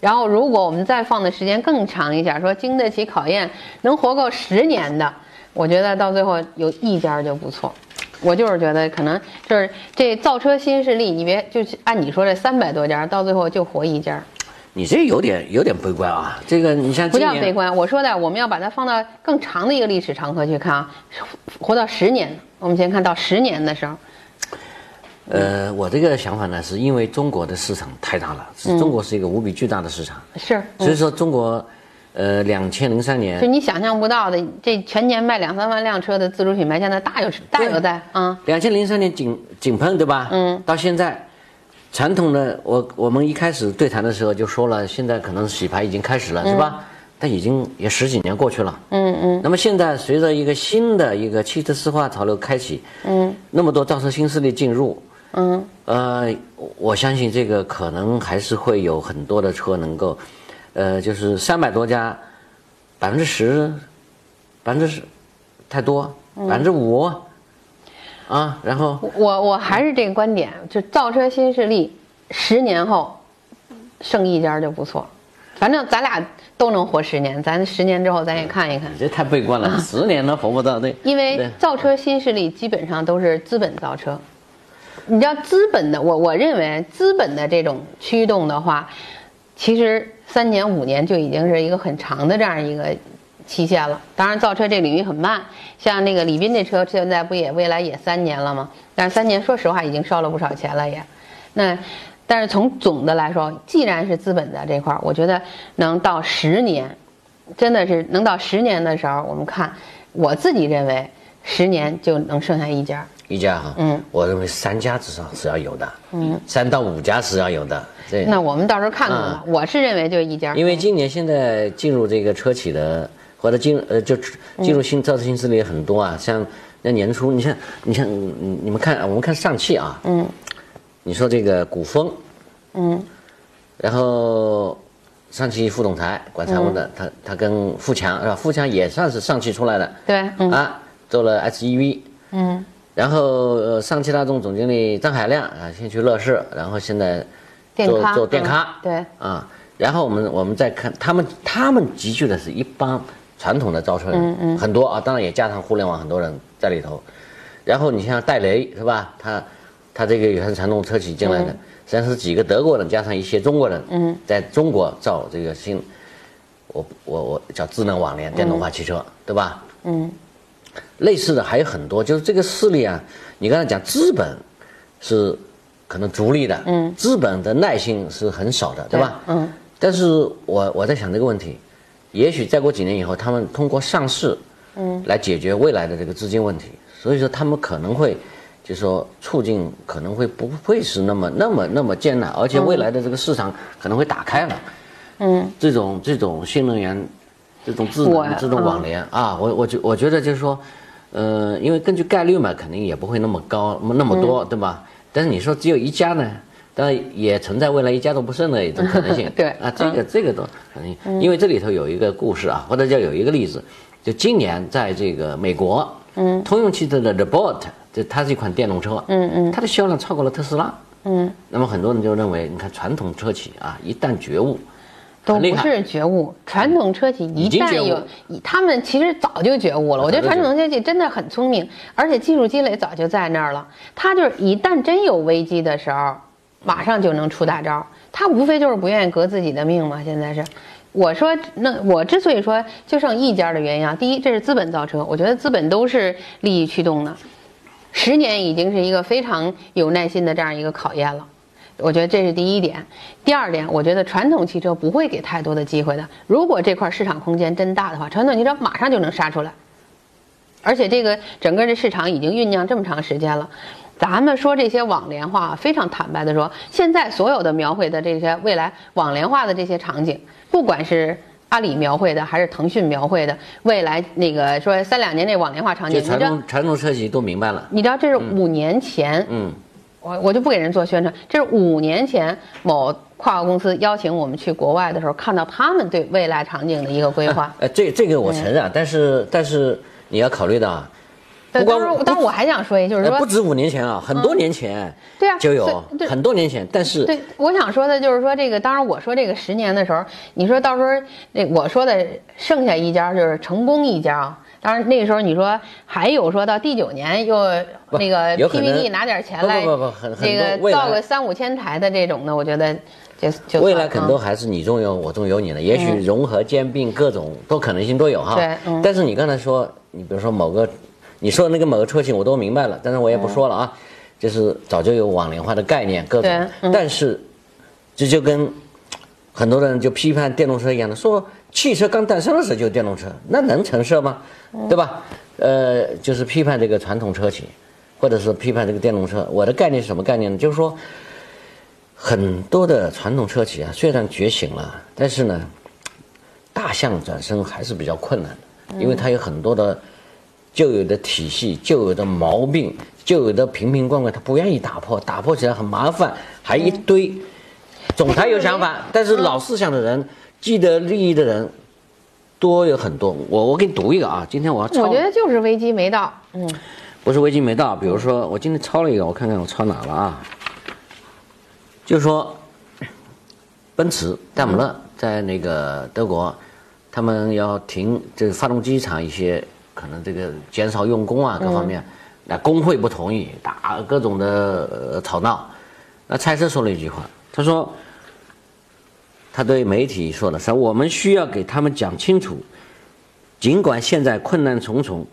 然后如果我们再放的时间更长一下，说经得起考验，能活够十年的，我觉得到最后有一家就不错。我就是觉得可能就是这造车新势力，你别就是按你说这三百多家，到最后就活一家，你这有点有点悲观啊。这个你像不今叫年悲观。我说的，我们要把它放到更长的一个历史长河去看啊，活到十年，我们先看到十年的时候，呃，我这个想法呢，是因为中国的市场太大了，嗯是中国是一个无比巨大的市场，是，所以说中国，呃，两千零三就年，你想象不到的，这全年卖两三万辆车的自主品牌，现在大有大有在啊、两千零三年井井喷对吧？嗯，到现在，传统的我我们一开始对谈的时候就说了，现在可能洗牌已经开始了，是吧？但已经也十几年过去了，嗯嗯。那么现在随着一个新的一个汽车市化潮流开启，嗯，那么多造车新势力进入，嗯，呃，我我相信这个可能还是会有很多的车能够，呃，就是三百多家，百分之十，百分之十太多，嗯百分之五，啊，然后我我还是这个观点，就造车新势力，十年后剩一家就不错，反正咱俩都能活十年，咱十年之后咱也看一看你。这太悲观了，十年都活不到对，啊因为对造车新势力基本上都是资本造车。你知道资本的，我我认为资本的这种驱动的话，其实三年五年就已经是一个很长的这样一个期限了。当然，造车这领域很慢，像那个李斌这车现在不也未来也三年了吗？但是三年说实话已经烧了不少钱了也。那但是从总的来说，既然是资本的这块儿，我觉得能到十年，真的是能到十年的时候，我们看，我自己认为十年就能剩下一家。一家哈，嗯，我认为三家至少是要有的，嗯，三到五家是要有的，对，嗯那我们到时候看看吧。我是认为就一家，因为今年现在进入这个车企的，或者进呃就嗯进入新造车新势力很多啊，像那年初，你像你像你你们看我们看上汽啊，嗯，你说这个古风，嗯，然后上汽副总裁管财务嗯的，他他跟富强是吧？富强也算是上汽出来的，对，嗯啊，做了 SUV，嗯然后呃上汽大众总经理张海亮啊，先去乐视，然后现在电做咖做电嗯咖，对啊，然后我们我们再看他们，他们集聚的是一帮传统的造车人，很多啊，当然也加上互联网很多人在里头。然后你像戴雷是吧？他他这个也是传统车企进来的，实际上是几个德国人加上一些中国人，嗯，在中国造这个新，我我我叫智能网联电动化汽车，对吧？嗯，类似的还有很多，就是这个势力啊，你刚才讲资本是可能逐利的，嗯，资本的耐性是很少的，对吧？嗯。但是我我在想这个问题，也许再过几年以后，他们通过上市，嗯，来解决未来的这个资金问题，所以说他们可能会。就说促进可能会不会是那么那么那么艰难，而且未来的这个市场可能会打开了，嗯，这种这种新能源，这种智我。能、自动网联啊，我我觉我觉得就是说，呃，因为根据概率嘛，肯定也不会那么高那么多，对吧？但是你说只有一家呢，当然也存在未来一家都不剩的一种可能 性对啊，这个这个都肯定，因为这里头有一个故事啊，或者叫有一个例子，就今年在这个美国，嗯，通用汽车的 Robot，这它是一款电动车，嗯嗯，它的销量超过了特斯拉。嗯，那么很多人就认为，你看传统车企啊，一旦觉悟，都很厉不害是觉悟。传统车企一已经旦觉悟有，以他们其实早就觉悟了。我觉得早传就觉统车企真的很聪明，而且技术积累早就在那儿了。他就是一旦真有危机的时候，马上就能出大招。他无非就是不愿意革自己的命嘛。现在是，我说那我之所以说就剩一家的原因啊，第一，这是资本造车，我觉得资本都是利益驱动的。十年已经是一个非常有耐心的这样一个考验了。我觉得这是第一点，第二点，我觉得传统汽车不会给太多的机会的。如果这块市场空间真大的话，传统汽车马上就能杀出来。而且这个整个这市场已经酝酿这么长时间了。咱们说这些网联化啊，非常坦白的说，现在所有的描绘的这些未来网联化的这些场景，不管是阿里描绘的，还是腾讯描绘的，未来那个说三两年这网联化场景，你就知传道统传统车企都明白了，你知道这是五年前，嗯，我我就不给人做宣传，这是五年前某跨国公司邀请我们去国外的时候，看到他们对未来哎场景的一个规划。嗯呃，这这个我承认啊，但是但是你要考虑到啊，对， 不光当然，当然我还想说一，就是呃不说，止五年前啊，很多年前，对啊就有所以对很多年前，但是对，我想说的就是说这个，当然我说这个十年的时候，你说到时候那我说的剩下一家就是成功一家。啊当然，那个时候你说还有说到第九年又不那个有可能 PPT 拿点钱来，不不不不很很这多个未来造个三五千台的这种的，我觉得就就未算来了可能啊都还是你中有我中有你的，也许融合兼并各种都可能性都有嗯哈。对嗯但是你刚才说，你比如说某个，你说的那个某个车型我都明白了，但是我也不嗯说了啊，就是早就有网联化的概念各对种，但是这就跟很多人就批判电动车一样的，说汽车刚诞生的时候就是电动车，那能成事吗？对吧？呃，就是批判这个传统车企，或者是批判这个电动车。我的概念是什么概念呢？就是说，很多的传统车企啊，虽然觉醒了，但是呢，大象转身还是比较困难的，因为它有很多的旧有的体系、旧有的毛病、旧有的瓶瓶罐罐，它不愿意打破，打破起来很麻烦，还一堆。总裁有想法，但是老思想的人、既得利益的人多有很多。我我给你读一个啊，今天我要抄，我觉得就是危机没到，嗯，不是危机没到。比如说，我今天抄了一个，我看看我抄哪了啊？就是说，奔驰戴姆勒在那个德国，他们要停这个发动机厂一些可能这个减少用工啊各方面，那工会不同意，打各种的呃吵闹。那蔡司说了一句话，他说。他对媒体说了：“说我们需要给他们讲清楚，尽管现在困难重重，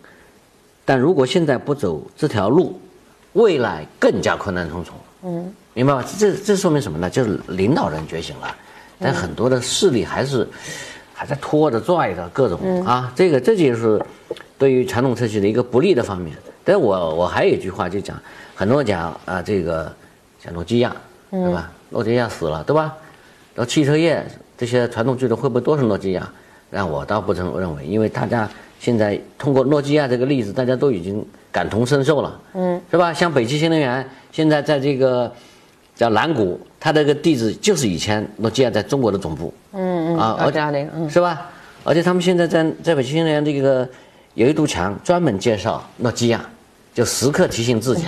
但如果现在不走这条路，未来更加困难重重。嗯，明白吧？这这说明什么呢？就是领导人觉醒了，但很多的势力还是还在拖着拽着各种、啊。这个这就是对于传统车企的一个不利的方面。但我我还有一句话就讲，很多人讲啊，这个像诺基亚，对吧？诺基亚死了，对吧？然后汽车业这些传统巨头会不会都是诺基亚？那我倒不这么认为，因为大家现在通过诺基亚这个例子，大家都已经感同身受了，嗯，是吧？像北汽新能源现在在这个叫蓝谷，它这个地址就是以前诺基亚在中国的总部，嗯嗯啊，我而知道这个嗯是吧？而且他们现在在在北京新能源这个有一堵墙专门介绍诺基亚，就时刻提 醒自己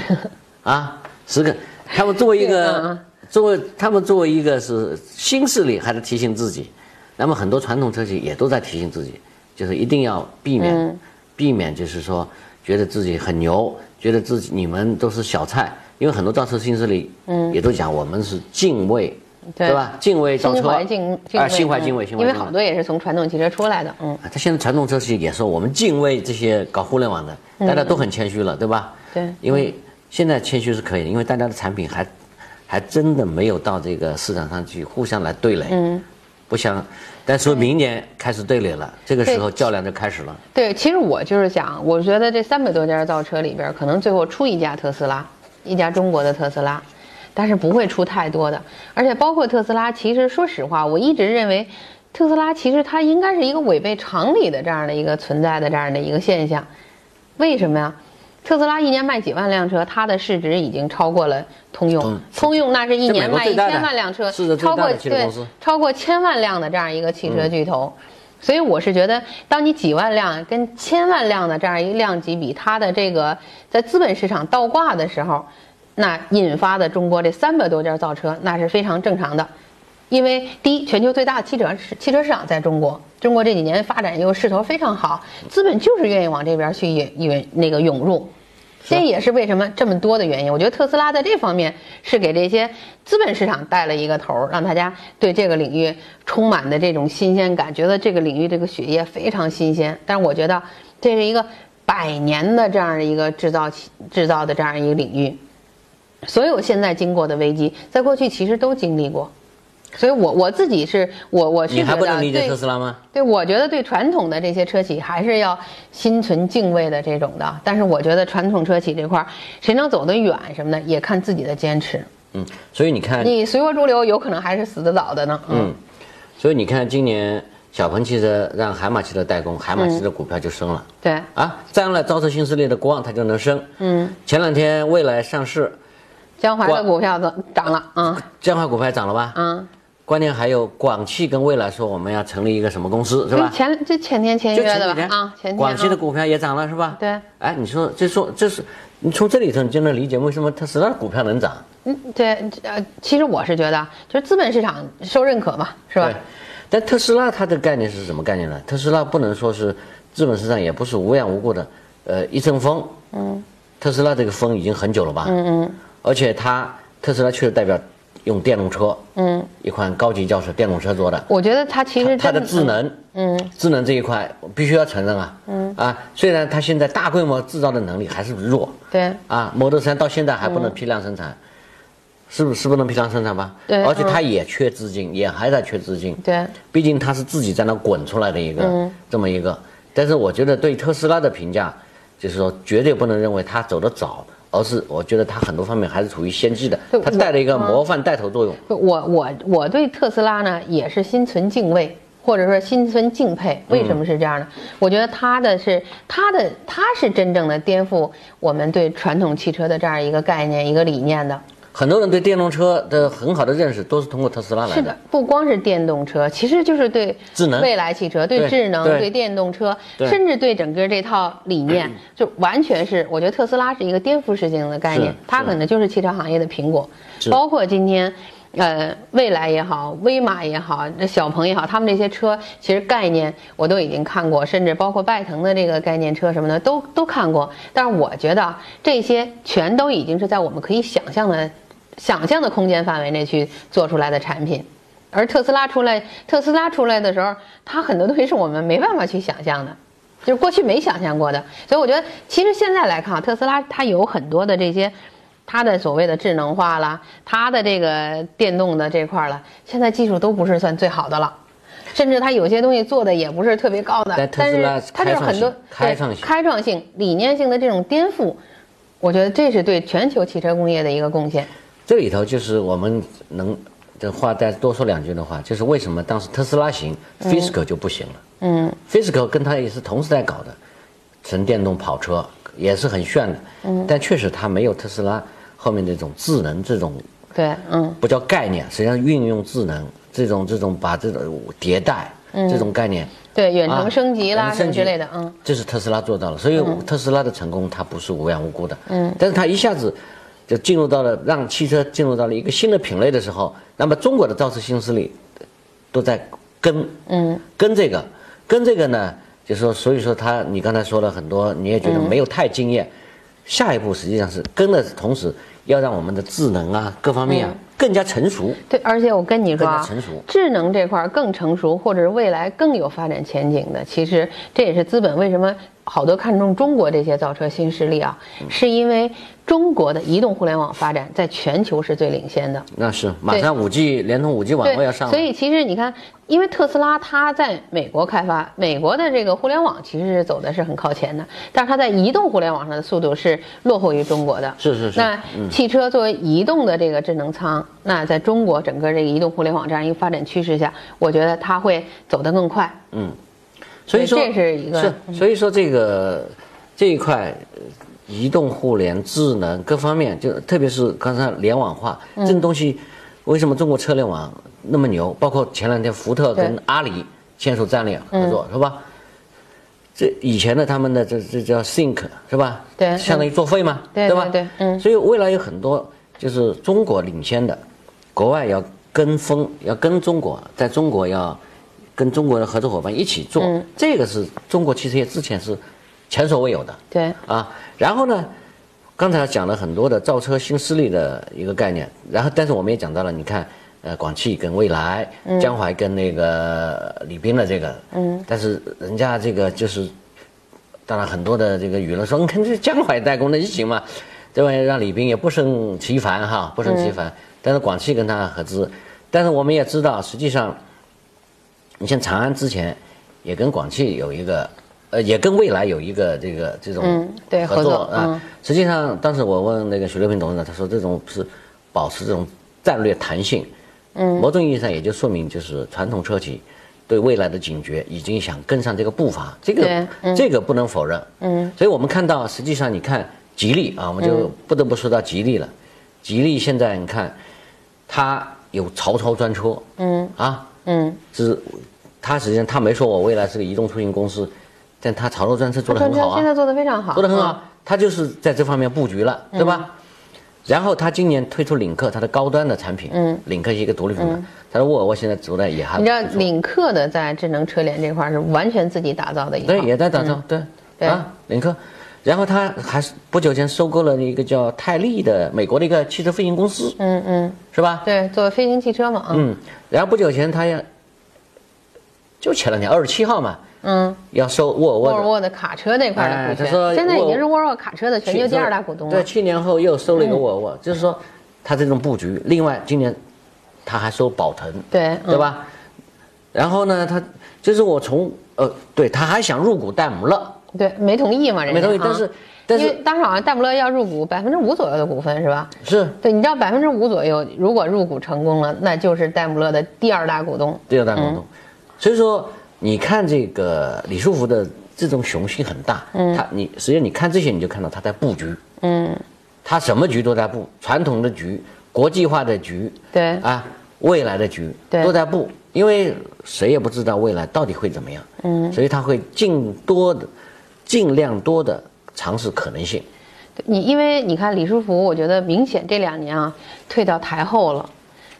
啊，时刻他们作为一对个嗯作为他们作为一个是新势力，还在提醒自己。那么很多传统车企也都在提醒自己，就是一定要避免、嗯避免，就是说觉得自己很牛，觉得自己你们都是小菜，因为很多造车新势力，嗯，也都讲我们是敬畏。对吧？敬畏造车，心怀敬敬啊，畏，心怀嗯敬畏，心怀因敬畏。为好多也是从传统汽车出来的，嗯。啊，他现在传统车企也说我们敬畏这些搞互联网的，大家都很谦虚了，对吧？对因为现在谦虚是可以的，因为大家的产品还还真的没有到这个市场上去互相来对垒，嗯，不像，但是明年开始对垒了，这个时候较量就开始了。对，其实我就是想，我觉得这三百多家造车里边儿，可能最后出一家特斯拉，一家中国的特斯拉，但是不会出太多的。而且包括特斯拉，其实说实话，我一直认为，特斯拉其实它应该是一个违背常理的这样的一个存在的这样的一个现象。为什么呀？特斯拉一年卖几万辆车，它的市值已经超过了通用。通通用那是一是年美国卖最一大的千万辆车，市值最超大过的汽车对公司嗯超过千万辆的这样一个汽车巨头。所以我是觉得，当你几万辆跟千万辆的这样一个量级比，它的这个在资本市场倒挂的时候，那引发的中国这三百多家造车，那是非常正常的。因为第一，全球最大的汽车市汽车市场在中国，中国这几年发展又势头非常好，资本就是愿意往这边去引引那个涌入，这也是为什么这么多的原因。我觉得特斯拉在这方面是给这些资本市场带了一个头儿，让大家对这个领域充满的这种新鲜感，觉得这个领域这个血液非常新鲜。但是我觉得这是一个百年的这样的一个制造企制造的这样一个领域，所有现在经过的危机，在过去其实都经历过。所以我，我自己是我我是你还觉不得能理解对特斯拉吗？对，我觉得对传统的这些车企还是要心存敬畏的这种的。但是我觉得传统车企这块儿，谁能走得远什么的，也看自己的坚持。嗯，所以你看，你随波逐流，有可能还是死得早的呢。嗯，所以你看，今年小鹏汽车让海马汽车代工，海马汽车股票就升了。对，啊，沾了造车新势力的光，它就能升。嗯，前两天蔚来上市，江淮的我股票涨涨了，嗯江淮股票涨了吧？嗯，关键还有广汽跟蔚来说我们要成立一个什么公司是这吧？前这前天嗯签就约前的几吧？天啊，前天广汽的啊股票也涨了是吧？对。哎，你说这说这是，你从这里头你就能理解为什么特斯拉的股票能涨，嗯，对，呃，其实我是觉得，就是资本市场受认可嘛，是吧对？但特斯拉它的概念是什么概念呢？特斯拉不能说是资本市场也不是无缘无故的，呃，一阵风。嗯。特斯拉这个风已经很久了吧？嗯嗯。而且它特斯拉确实代表用电动车，嗯，一款高级轿车电动车做的，我觉得它其实它真的智能，嗯，智能这一块我必须要承认啊，嗯啊，虽然它现在大规模制造的能力还是弱，对啊，Model 3到现在还不嗯能批量生产，是不是不能批量生产吧？对嗯而且它也缺资金，也还在缺资金，对，嗯毕竟它是自己在那滚出来的一个、这么一个，但是我觉得对特斯拉的评价，就是说绝对不能认为它走得早。而是我觉得它很多方面还是处于先机的对，嗯它我带了一个模范带头作用。不我我我对特斯拉呢也是心存敬畏，或者说心存敬佩。为嗯什么是这样呢？我觉得它的是它的它是真正的颠覆我们对传统汽车的这样一个概念一个理念的。很多人对电动车的很好的认识都是通过特斯拉来是的，不光是电动车，其实就是对智能未来汽车、对对智能、对对电动车，对甚至对整个这套理 念，就完全是我觉得特斯拉是一个颠覆式性的概念是，它是可能就是汽车行业的苹果，包括今天。呃，蔚来也好，威马也好，这小鹏也好，他们这些车其实概念我都已经看过，甚至包括拜腾的这个概念车什么的都都看过。但是我觉得啊这些全都已经是在我们可以想象的、想象的空间范围内去做出来的产品。而特斯拉出来，特斯拉出来的时候，它很多东西是我们没办法去想象的，就是过去没想象过的。所以我觉得，其实现在来看啊，特斯拉它有很多的这些，它的所谓的智能化啦，它的这个电动的这块儿了，现在技术都不是算最好的了。甚至它有些东西做的也不是特别高的但，特但斯是拉它就是很多开对放性开放性开创性、理念性的这种颠覆，我觉得这是对全球汽车工业的一个贡献。这里头就是我们能这话再多说两句的话，就是为什么当时特斯拉行，Fisco 就不行了。嗯，Fisco 跟它也是同时代搞的，纯电动跑车也是很炫的。嗯，但确实它没有特斯拉后面这种智能这种对，嗯，不叫概念，实际上运用智能这种这种把这种迭代、这种概念。对，远啊程升级啦、远程什么升级之类的，嗯。这是特斯拉做到了，所以特斯拉的成功它不是无缘无故的，嗯，但是它一下子就进入到了让汽车进入到了一个新的品类的时候，那么中国的造车新势力都在跟，嗯，跟这个，跟这个呢，就说所以说它你刚才说了很多，你也觉得嗯没有太敬业，下一步实际上是跟的同时要让我们的智能啊各方嗯面啊、更加成熟，对，而且我跟你说啊更加成熟，智能这块儿更成熟，或者是未来更有发展前景的，其实这也是资本为什么好多看重中国这些造车新势力啊，嗯是因为中国的移动互联网发展在全球是最领先的。那是马上五 G 联通五 G 网络对，要啊上了，所以其实你看，因为特斯拉它在美国开发，美国的这个互联网其实是走的是很靠前的，但是它在移动互联网上的速度是落后于中国的。是是是嗯那汽车作为移动的这个智能舱，那在中国整个这个移动互联网这样一个发展趋势下，我觉得它会走得更快。所以说对这是一个是所以说这个这一块，呃移动互联、智能各方面，就特别是刚才联网化、嗯这种东西，为什么中国车联网那么牛？包括前两天福特跟对嗯阿里签署战略合作，是吧？这以前的他们的这这叫 think 是吧？对嗯相当于作废嘛，对吧？对对嗯所以未来有很多就是中国领先的，国外要跟风，要跟中国，在中国要跟中国的合作伙伴一起做，这个是中国汽车业之前是前所未有的对，啊。然后呢，刚才讲了很多的造车新势力的一个概念，然后但是我们也讲到了，你看。呃，广汽跟蔚来，江淮跟那个李斌的这个，嗯，但是人家这个就是当然很多的这个舆论说， 你看这江淮代工的行嘛，对吧？让李斌也不胜其烦哈，不胜其烦。嗯但是广汽跟他合资，但是我们也知道，实际上，你像长安之前也跟广汽有一个，呃，也跟蔚来有一个这个这种嗯对合作啊。嗯实际上，当时我问那个徐乐平董事长，他说这种是保持这种战略弹性，嗯，某种意义上也就说明就是传统车企。对未来的警觉，已经想跟上这个步伐，这个对这个不能否认。嗯，所以我们看到，实际上你看吉利啊，我们就不得不说到吉利了。吉利现在你看，它有槽槽专车，嗯，啊，嗯，是他实际上他没说我未来是个移动出行公司，但他潮州专车做他得很好啊，现在做的非常好，做得很好，啊嗯他就是在这方面布局了，对吧？然后他今年推出领克，它的高端的产品，嗯，领克是一个独立品牌，它的沃尔沃现在走的也还嗯你不知道错，领克的在智能车联这块儿是完全自己打造的一对，套，也在打造，嗯对对啊，领克，然后他还是不久前收购了一个叫泰利的美国的一个汽车飞行公司，嗯嗯，是吧？对，做飞行汽车嘛，啊，嗯，然后不久前他也就前两天二十七号嘛，嗯，要收沃尔沃沃尔的沃的卡车那块儿的哎股他说权，现在已经是沃沃尔沃卡车的全球第二大股东啊嗯对，了，去年后又收了一个沃尔沃，就是说他这种布局。另外，今年他还收宝腾，对嗯对？吧？然后呢，他就是我从呃，对，他还想入股戴姆勒，嗯对，没同意嘛，人家没同意，啊但是但因为是当时好像戴姆勒要入股百分之五左右的股份是吧？是对，你知道百分之五左右，如果入股成功了，那就是戴姆勒的第二大股东。第二大股嗯东，所以说你看这个李书福的这种雄心很大，嗯他你实际上你看这些你就看到他在布局，嗯，他什么局都在布，传统的局、国际化的局，对啊，未来的局对都在布，因为谁也不知道未来到底会怎么样，嗯，所以他会尽多的、尽量多的尝试可能性，你因为你看李书福，我觉得明显这两年啊退到台后了，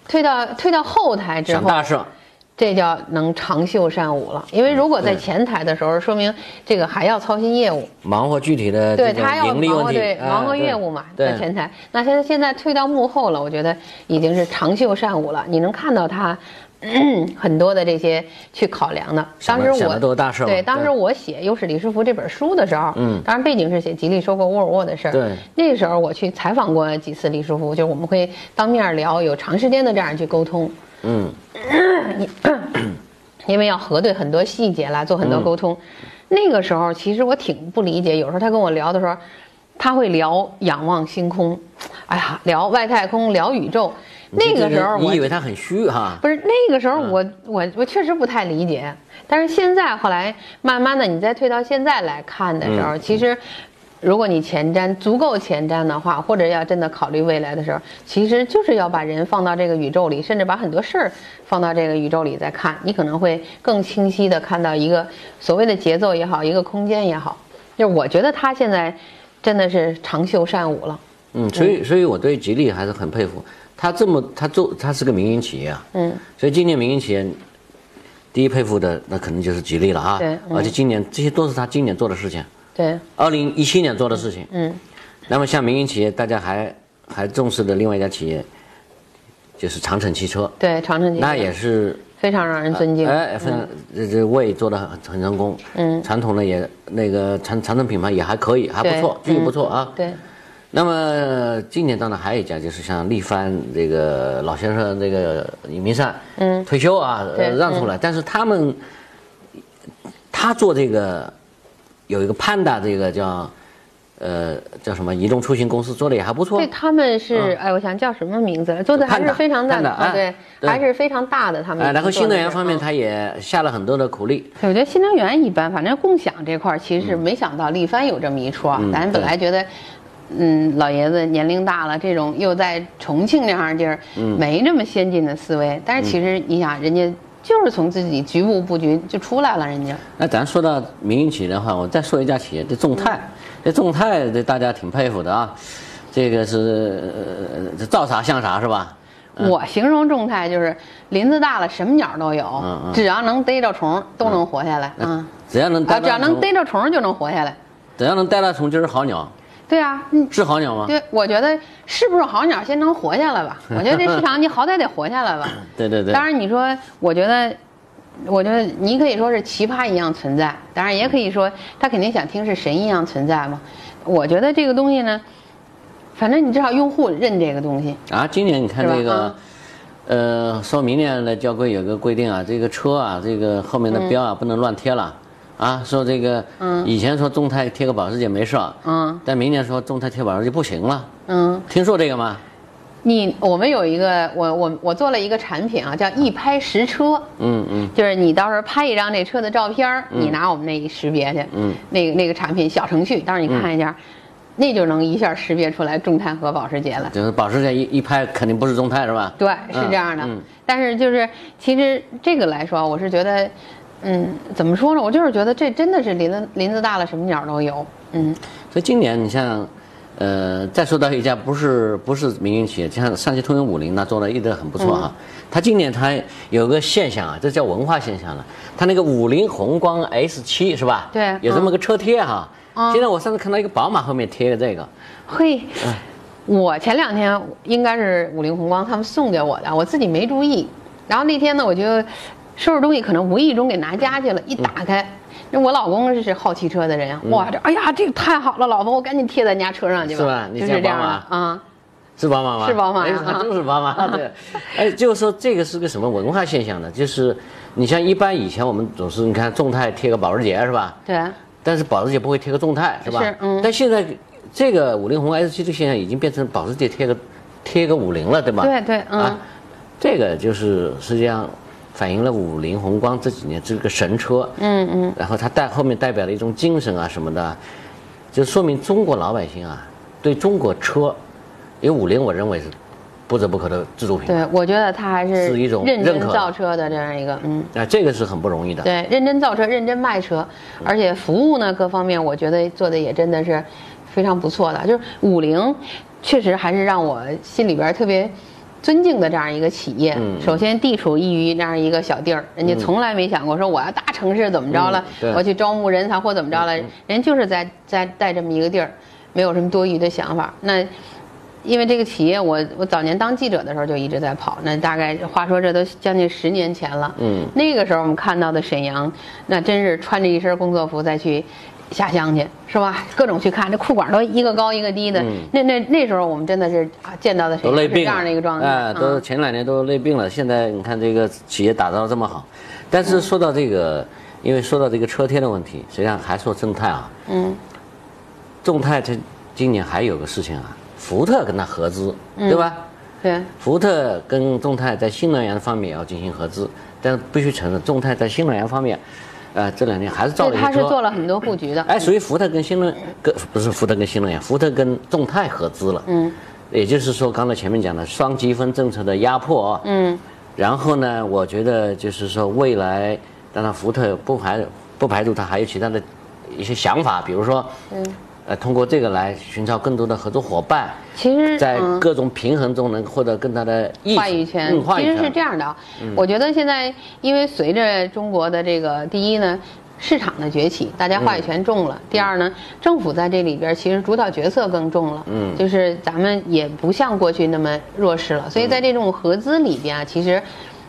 退到退到后台之想后，大事儿，这叫能长袖善舞了。因为如果在前台的时候，说明这个还要操心业务，忙活具体的对这种他要盈利忙问活题，对哎忙活对业务嘛，对在前台。那现在现在退到幕后了，我觉得已经是长袖善舞了。你能看到他。 咳很多的这些去考量的，想当的时想我的都是大事儿嘛对，当时对我写《优势李书福》这本书的时候，嗯，当然背景是写吉利收购沃尔沃的事儿。对那个时候我去采访过几次李书福，就是我们会当面聊，有长时间的这样去沟通。嗯，因为要核对很多细节啦，做很多沟通。那个时候其实我挺不理解，有时候他跟我聊的时候，他会聊仰望星空，哎呀，聊外太空，聊宇宙。那个时候你我以为他很虚哈？不是那个时候嗯我、我我确实不太理解，但是现在后来慢慢的，你再退到现在来看的时嗯候，其实。如果你前瞻足够前瞻的话，或者要真的考虑未来的时候，其实就是要把人放到这个宇宙里，甚至把很多事儿放到这个宇宙里再看，你可能会更清晰的看到一个所谓的节奏也好，一个空间也好。就是我觉得他现在真的是长袖善舞了。嗯，所以所以我对吉利还是很佩服，他这么他做他是个民营企业啊，嗯，所以今年民营企业第一佩服的那肯定就是吉利了啊，对嗯而且今年这些都是他今年做的事情，对，二零一七年做的事情，嗯，那么像民营企业，大家还还重视的另外一家企业就是长城汽车，对，长城汽那车也是非常让人尊敬。哎，非常这这魏做的很很成功，嗯，传统的也那个长长城品牌也还可以，还不对错，具体不错啊，对，那么今年当然还有一家，就是像力帆这个老先生这个李明善，嗯，退休啊，对嗯呃让出来，但是他们他做这个有一个 Panda 这个叫呃叫什么移动出行公司做的也还不错嗯对，，他们是、哎，我想叫什么名字？做的还看是的非常大看的，的啊啊对，对还是非常大的。他们哎，然后新能源方面他他也下了很多的苦力，我觉得新能源一般，反正共享这块儿其嗯实没想到力帆有这么一出啊。咱本来觉得，嗯，老爷子年龄大了，这种又在重庆这样地儿，嗯没那么先进的思维。但是其实你想，人家就是从自己局部布局就出来了，人家。那咱说到民营企业的话，我再说一家企业，这众泰，嗯这众泰这大家挺佩服的啊，这个是呃这造啥像啥是吧？我形容众泰就是林子大了，什么鸟都有，嗯只要能逮着虫儿都能活下来、啊。只要能啊，待只要能到逮着虫儿就能活下来。怎样能带到虫就是好鸟？对啊，嗯，是好鸟吗？对，我觉得是不是好鸟先能活下来吧？我觉得这市场你好歹得活下来吧。对对对当，然，你说，我觉得，我觉得你可以说是奇葩一样存在，当然也可以说他肯定想听是神一样存在嘛。我觉得这个东西呢，反正你至少用户认这个东西，啊，今年你看这是吧嗯个啊，呃，说明年的交规有个规定啊，这个车啊，这个后面的标啊不能乱贴了。啊，说这个，以前说众泰贴个保时捷没事儿，嗯，但明年说众泰贴保时捷不行了，嗯。听说这个吗？你我们有一个，我我我做了一个产品啊，叫一拍识车，嗯嗯，就是你到时候拍一张这嗯车的照片儿，你拿我们那一识别去，嗯，那个那个产品小程序，到时候你看一下，那就能一下识别出来中碳和保时捷了。就是保时捷一一拍肯定不是中泰是吧？对，是这样的。嗯嗯但是就是其实这个来说，我是觉得，嗯，怎么说呢？我就是觉得这真的是林子林子大了，什么鸟都有。嗯，所以今年你像，呃，再说到一家不是不是民营企业，像上汽通用五菱呢，做的一直很不错哈。嗯它今年它有个现象啊，这叫文化现象了。它那个五菱宏光 S 7是吧？对有这么个车贴哈。嗯现在我上次看到一个宝马后面贴的这个，嘿，嗯我前两天应该是五菱宏光他们送给我的，我自己没注意。然后那天呢，我就收拾东西，可能无意中给拿家去了，一嗯打开。那我老公是好汽车的人，哇，这哎呀，这个太好了，老婆，我赶紧贴在你家车上去吧，是吧你就这是样这样的帮啊忙、是宝马吗？是宝马啊哎呀它都是宝马。 对，哎，就是说这个是个什么文化现象呢？就是你像一般以前我们总是你看众泰贴个保时捷是吧？对，但是保时捷不会贴个众泰是吧？是嗯但现在这个五菱宏光 S 7这个现象已经变成保时捷贴个贴个五菱了，对吧？对对嗯啊，这个就是实际上反映了五菱宏光这几年这个神车。嗯嗯。然后它代后面代表了一种精神啊什么的，就说明中国老百姓啊对中国车，因为五菱我认为是不折不扣的自主品牌，对，我觉得他还是是一种认认真可的造车的这样一个，嗯，啊这个是很不容易的。对，认真造车，认真卖车，而且服务呢各方面，我觉得做的也真的是非常不错的。就是五菱，确实还是让我心里边特别。尊敬的这样一个企业，嗯首先地处异于这样一个小地儿，人家从来没想过说我要大城市怎么着了，嗯对嗯我去招募人才或怎么着了，人就是在在在这么一个地儿，没有什么多余的想法。那因为这个企业我，我早年当记者的时候就一直在跑，那大概话说这都将近十年前了。嗯，那个时候我们看到的沈阳，那真是穿着一身工作服再去下乡去，是吧？各种去看，这裤管都一个高一个低的。那那那时候我们真的是啊见到的沈嗯阳都累是这病了，样的一个状态。哎，都嗯前两年都累病了，现在你看这个企业打造得这么好，但嗯是说到这个，因为说到这个车贴的问题，实际上还说众泰啊，嗯，众泰它今年还有个事情啊，福特跟它合资，嗯对吧？对，福特跟众泰在新能源方面要进行合资，但必须承认，众泰在新能源方面，呃，这两年还是造所了以一他些是做车。了很多布局的。哎，所以福特跟新能跟不是福特跟新能源，福特跟众泰合资了。嗯，也就是说，刚才前面讲的双积分政策的压迫啊。嗯，然后呢，我觉得就是说未来，当然福特不排不排除他还有其他的一些想法，比如说，嗯，呃，通过这个来寻找更多的合作伙伴。其实在嗯各种平衡中能获得更大的益处话语权嗯，话语其权实是这样的啊。嗯我觉得现在，因为随着中国的这个第一呢，市场的崛起，大家话语权重嗯了；第二呢，政府在这里边其实主导角色更重了。嗯，就是咱们也不像过去那么弱势了。所嗯以在这种合资里边啊，其实。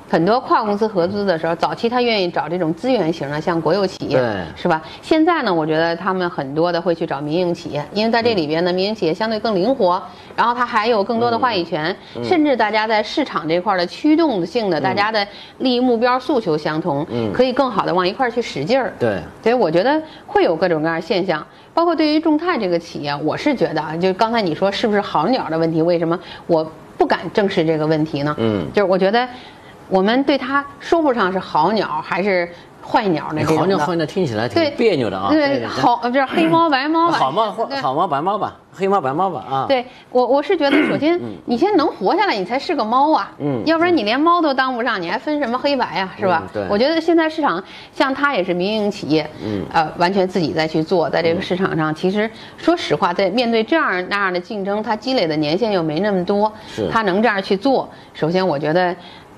很多跨公司合资的时候，早期他愿意找这种资源型的，像国有企业对，是吧？现在呢，我觉得他们很多的会去找民营企业，因为在这里边呢，民营企业相对更灵活，然后它还有更多的话语权，嗯甚至大家在市场这块儿的驱动性的，大家的利益目标诉求相同，嗯可以更好的往一块儿去使劲儿。对，所以我觉得会有各种各样的现象，包括对于众泰这个企业，我是觉得啊，就刚才你说是不是好鸟的问题，为什么我不敢正视这个问题呢？嗯，就是我觉得我们对它说不上是好鸟还是坏鸟的你这种的。好像好像听起来挺对别扭的啊。对，好，就是黑猫白猫吧。好猫或对好猫白猫吧，黑猫白猫吧啊。对我，我是觉得，首先你先能活下来，你才是个猫啊，嗯要不然你连猫都当不上，你还分什么黑白呀、是吧？嗯对我觉得现在市场像它也是民营企业，嗯，呃，完全自己再去做，在嗯这个市场上，其实说实话，在面对这样那样的竞争，它积累的年限又没那么多是，它能这样去做，首先我觉得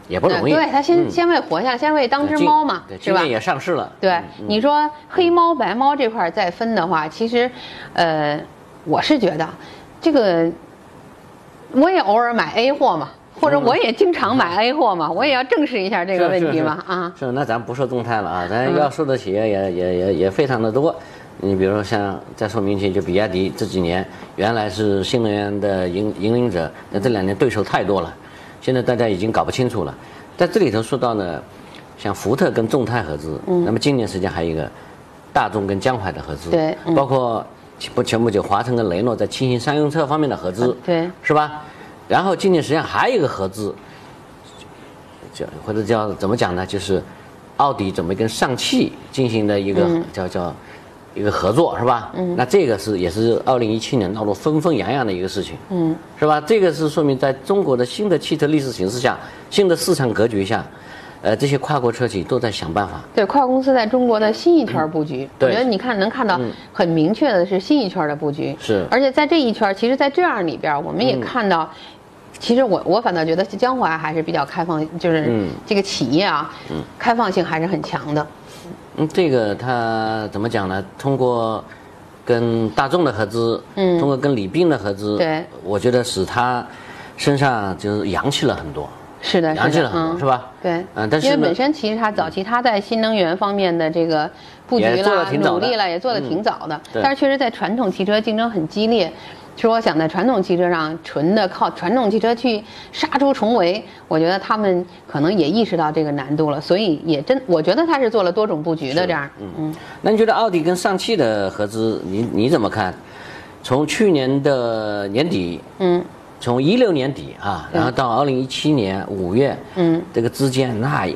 也不容易。呃对，它先、先为活下来，先为当只今猫嘛嗯对，，是今吧？年也上市了。对，你说黑猫白猫这块儿再分的话，其实，呃，我是觉得这个，我也偶尔买 A 货嘛，或嗯者我也经常买 A 货嘛，我也要正视一下这这个问题嘛，啊。嗯是，那咱不说众泰了啊，咱要说的企业也也也也非常的多。你比如说像再说明显，就比亚迪这几年原来是新能源的引引领者，那这两年对手太多了，现在大家已经搞不清楚了。在这里头说到呢，像福特跟众泰合资，嗯那么今年实际上还有一个大众跟江淮的合资，对嗯包括前不前不久华晨跟雷诺在轻型商用车方面的合资，啊对是吧？然后今年实际上还有一个合资，叫或者叫怎么讲呢？就是奥迪准备跟上汽进行的一个、叫叫一个合作是吧？嗯，那这个是也是二零一七年闹得纷纷扬扬的一个事情，嗯，是吧？这个是说明在中国的新的汽车历史形势下，新的市场格局下，呃，这些跨国车企都在想办法。对，跨国公司在中国的新一圈布局，我嗯对嗯觉得你看能看到很明确的是新一圈的布局。是嗯而且在这一圈，其实，在这样里边，我们也看到，其实我我反倒觉得江淮还是比较开放，就是这个企业啊，开放性还是很强的。嗯，这个他怎么讲呢？通过跟大众的合资，嗯，通过跟李斌的合资，对，我觉得使他身上就是洋气了很多，是的，洋气是了的，很多，嗯是，吧？对，嗯，但是因为呢本身其实它早期它在新能源方面的这个布局也做得啦、挺早努的嗯力啦，也做得挺早的。对但是确实，在传统汽车竞争很激烈。其实我想在传统汽车上，纯的靠传统汽车去杀出重围，我觉得他们可能也意识到这个难度了，所以也真，我觉得他是做了多种布局的这样。嗯，那你觉得奥迪跟上汽的合资，你你怎么看？从去年的年底，嗯，从一六年底啊，然后到二零一七年五月，嗯，这个之间那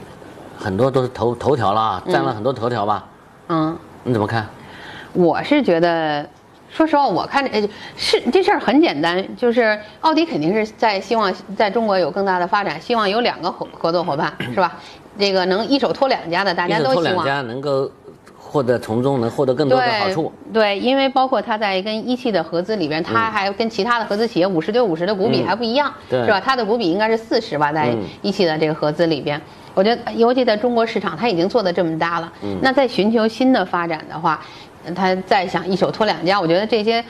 很多都是头头条了啊，占了很多头条吧？嗯，你怎么看？我是觉得，说实话，我看这是这事儿很简单，就是奥迪肯定是在希望在中国有更大的发展，希望有两个合合作伙伴，是吧？这个能一手托两家的，大一家手都托希两望。家能够获得从中能获得更多的好处。嗯对，因为包括他在跟一汽的合资里边，他还跟其他的合资企业五十对五十的股比还不一样，对嗯是吧？他的股比应该是四十吧，在一汽的这个合资里边。我觉得，尤其在中国市场，他已经做的这么大了，嗯那在寻求新的发展的话，他再想一手托两家，我觉得这些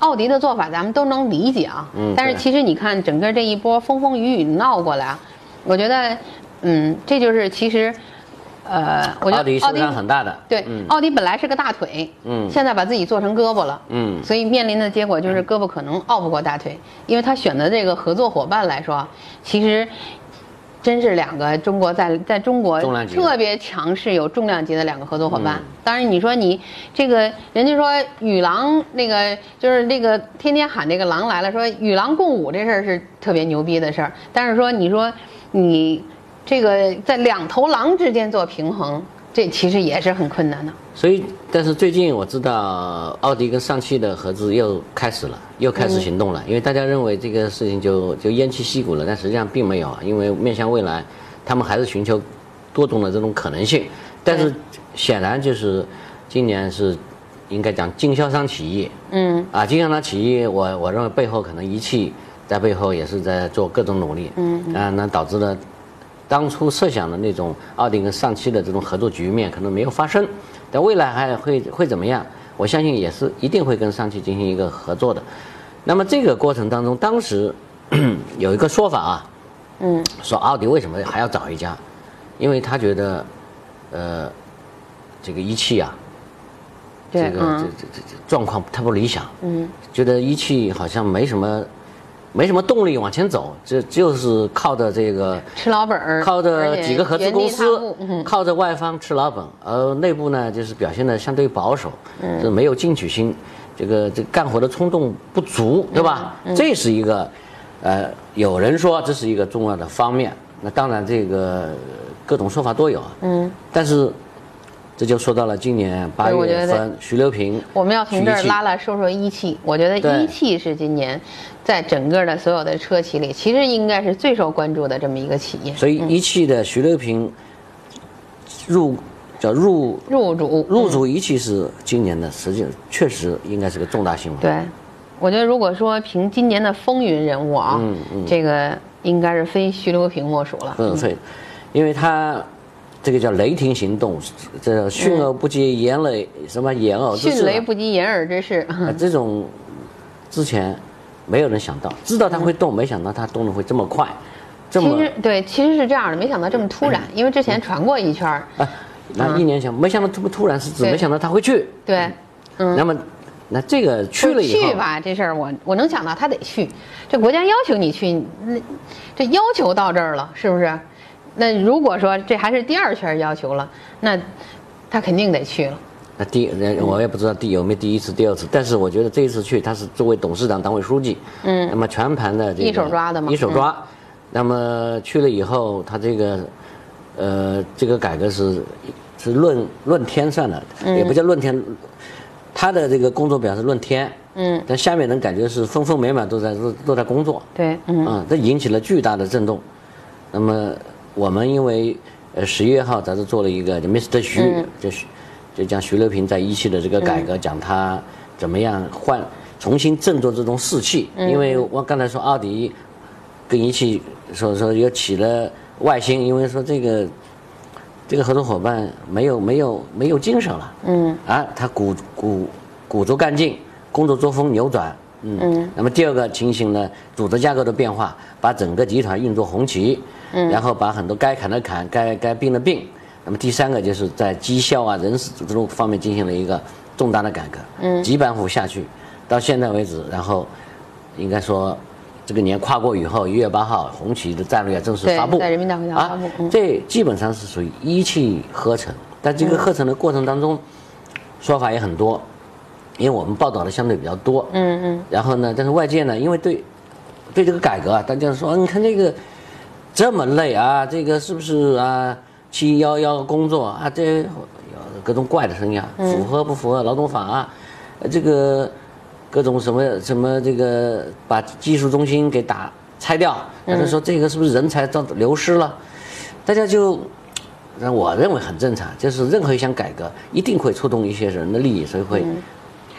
奥迪的做法咱们都能理解啊。嗯但是对其实你看，整个这一波风风雨雨闹过来啊，我觉得，嗯，这就是其实，呃，我觉得奥迪市嗯场很大的，对，奥迪本来是个大腿，嗯现在把自己做成胳膊了，嗯所以面临的结果就是胳膊可能拗不过大腿，因为他选择这个合作伙伴来说，啊其实真是两个中国在在中国重量级的嗯特别强势、有重量级的两个合作伙伴。当然，你说你这个人家说与狼那个就是那个天天喊这个狼来了，说与狼共舞这事儿是特别牛逼的事儿，但是说你说你这个在两头狼之间做平衡，这其实也是很困难的。所以但是最近我知道奥迪跟上汽的合资又开始了，又开始行嗯动了，因为大家认为这个事情就就偃旗息鼓了，但实际上并没有，啊因为面向未来，他们还是寻求多种的这种可能性，但是显然就是今年是应该讲经销商起义，嗯，啊，经销商起义，我我认为背后可能一汽在背后也是在做各种努力，嗯，啊，那导致了当初设想的那种奥迪跟上汽的这种合作局面可能没有发生，但未来还会会怎么样？我相信也是一定会跟上汽进行一个合作的。那么这个过程当中，当时 有一个说法啊，嗯，说奥迪为什么还要找一家？因为他觉得，呃，这个一汽啊，对，这个这嗯，这这这状况太不理想，嗯，觉得一汽好像没什么，没什么动力往前走，这就是靠着这个，吃老本儿，靠而着且几个合资原地公踏司步，嗯，靠着外方吃老本，而内部呢就是表现的相对保守，嗯，是没有进取心，这个这个干活的冲动不足，对吧？嗯这是一个，呃，有人说这是一个重要的方面，那当然这个呃各种说法都有，嗯，但是。这就说到了今年八对我觉月得份，徐留平我们要从这儿举起拉拉说说一汽，我觉得对一汽是今年在整个的所有的车企里，其实应该是最受关注的这么一个企业。所以一汽的徐留平入叫入入主，入主一汽是今年的，实际确实应该是个重大新闻。对，我觉得如果说凭今年的风云人物啊，这个应该是非徐留平莫属了。嗯，对，因为他这个叫雷霆行动，这叫迅而不及掩雷什么掩耳之势啊，迅雷不及掩耳之势，啊这种之前没有人想到，知道他会动，没想到他动的会这么快，这其么嗯实对，其实是这样的，没想到这么突然，因为之前传过一圈儿，啊，那一年前没想到这么突然是指嗯对没想到他会去，对，那么那这个去了以后去吧，这事儿我我能想到他得去，这国家要求你去，那这要求到这儿了，是不是？那如果说这还是第二圈要求了，那他肯定得去了。那第那我也不知道第有没有第一次、第二次，但是我觉得这一次去，他是作为董事长、党委书记，嗯，那么全盘的这个一手抓的嘛一手抓。那么去了以后，他这个，嗯呃，这个改革是是论论天算的，也不叫论天，他的这个工作表是论天，嗯，但下面人感觉是丰丰满满都在都都在工作，对，嗯，啊，这引起了巨大的震动。那么我们因为呃十一月号咱是做了一个就 Mr. 徐，嗯就徐就讲徐留平在一汽的这个改革，讲他怎么样换重新振作这种士气。嗯因为我刚才说奥迪跟一汽说说又起了外心，因为说这个这个合作伙伴没有没有没有精神了，嗯，啊，他鼓鼓鼓足干劲，工作作风扭转，嗯，那么第二个情形呢，组织架构的变化，把整个集团运作红旗，嗯，然后把很多该砍的砍，该该并的并，那么第三个就是在绩效啊、人事组织方面进行了一个重大的改革，嗯，几板斧下去，到现在为止，然后应该说。这个年跨过以后，一月八号，红旗的战略正式对发布，在人民大会堂发布啊嗯这基本上是属于一气呵成。但这个呵成的过程当中，说法也很多，因为我们报道的相对比较多。嗯嗯。然后呢，但是外界呢，因为对对这个改革啊，大家说，嗯你看这个这么累啊，这个是不是啊？七幺幺工作啊，这有各种怪的声音啊，嗯符合不符合劳动法啊？呃这个各种什么什么这个把技术中心给打拆掉，他就说这个是不是人才遭流失了？大家就，让我认为很正常，就是任何一项改革一定会触动一些人的利益，所以会、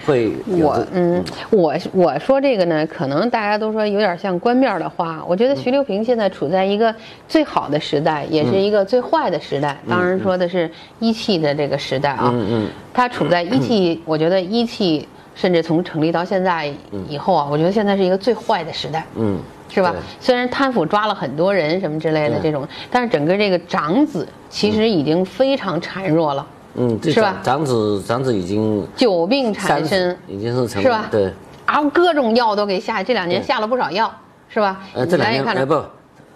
会嗯有我这嗯，我我说这个呢，可能大家都说有点像官面儿的话，我觉得嗯徐留平现在处在一个最好的时代，也是一个最坏的时代。当嗯然说的是一汽的这个时代啊，嗯嗯，他处在一嗯汽，我觉得一汽甚至从成立到现在以后啊，我觉得现在是一个最坏的时代，嗯是吧对？虽然贪腐抓了很多人什么之类的这种，但是整个这个长子其实已经非常孱弱了，嗯，这是吧长长子长子已经久病三缠十身，，已经是成是吧对，啊，各种药都给下，这两年对下了不少药，是吧？呃，这两你年来哎看着，不，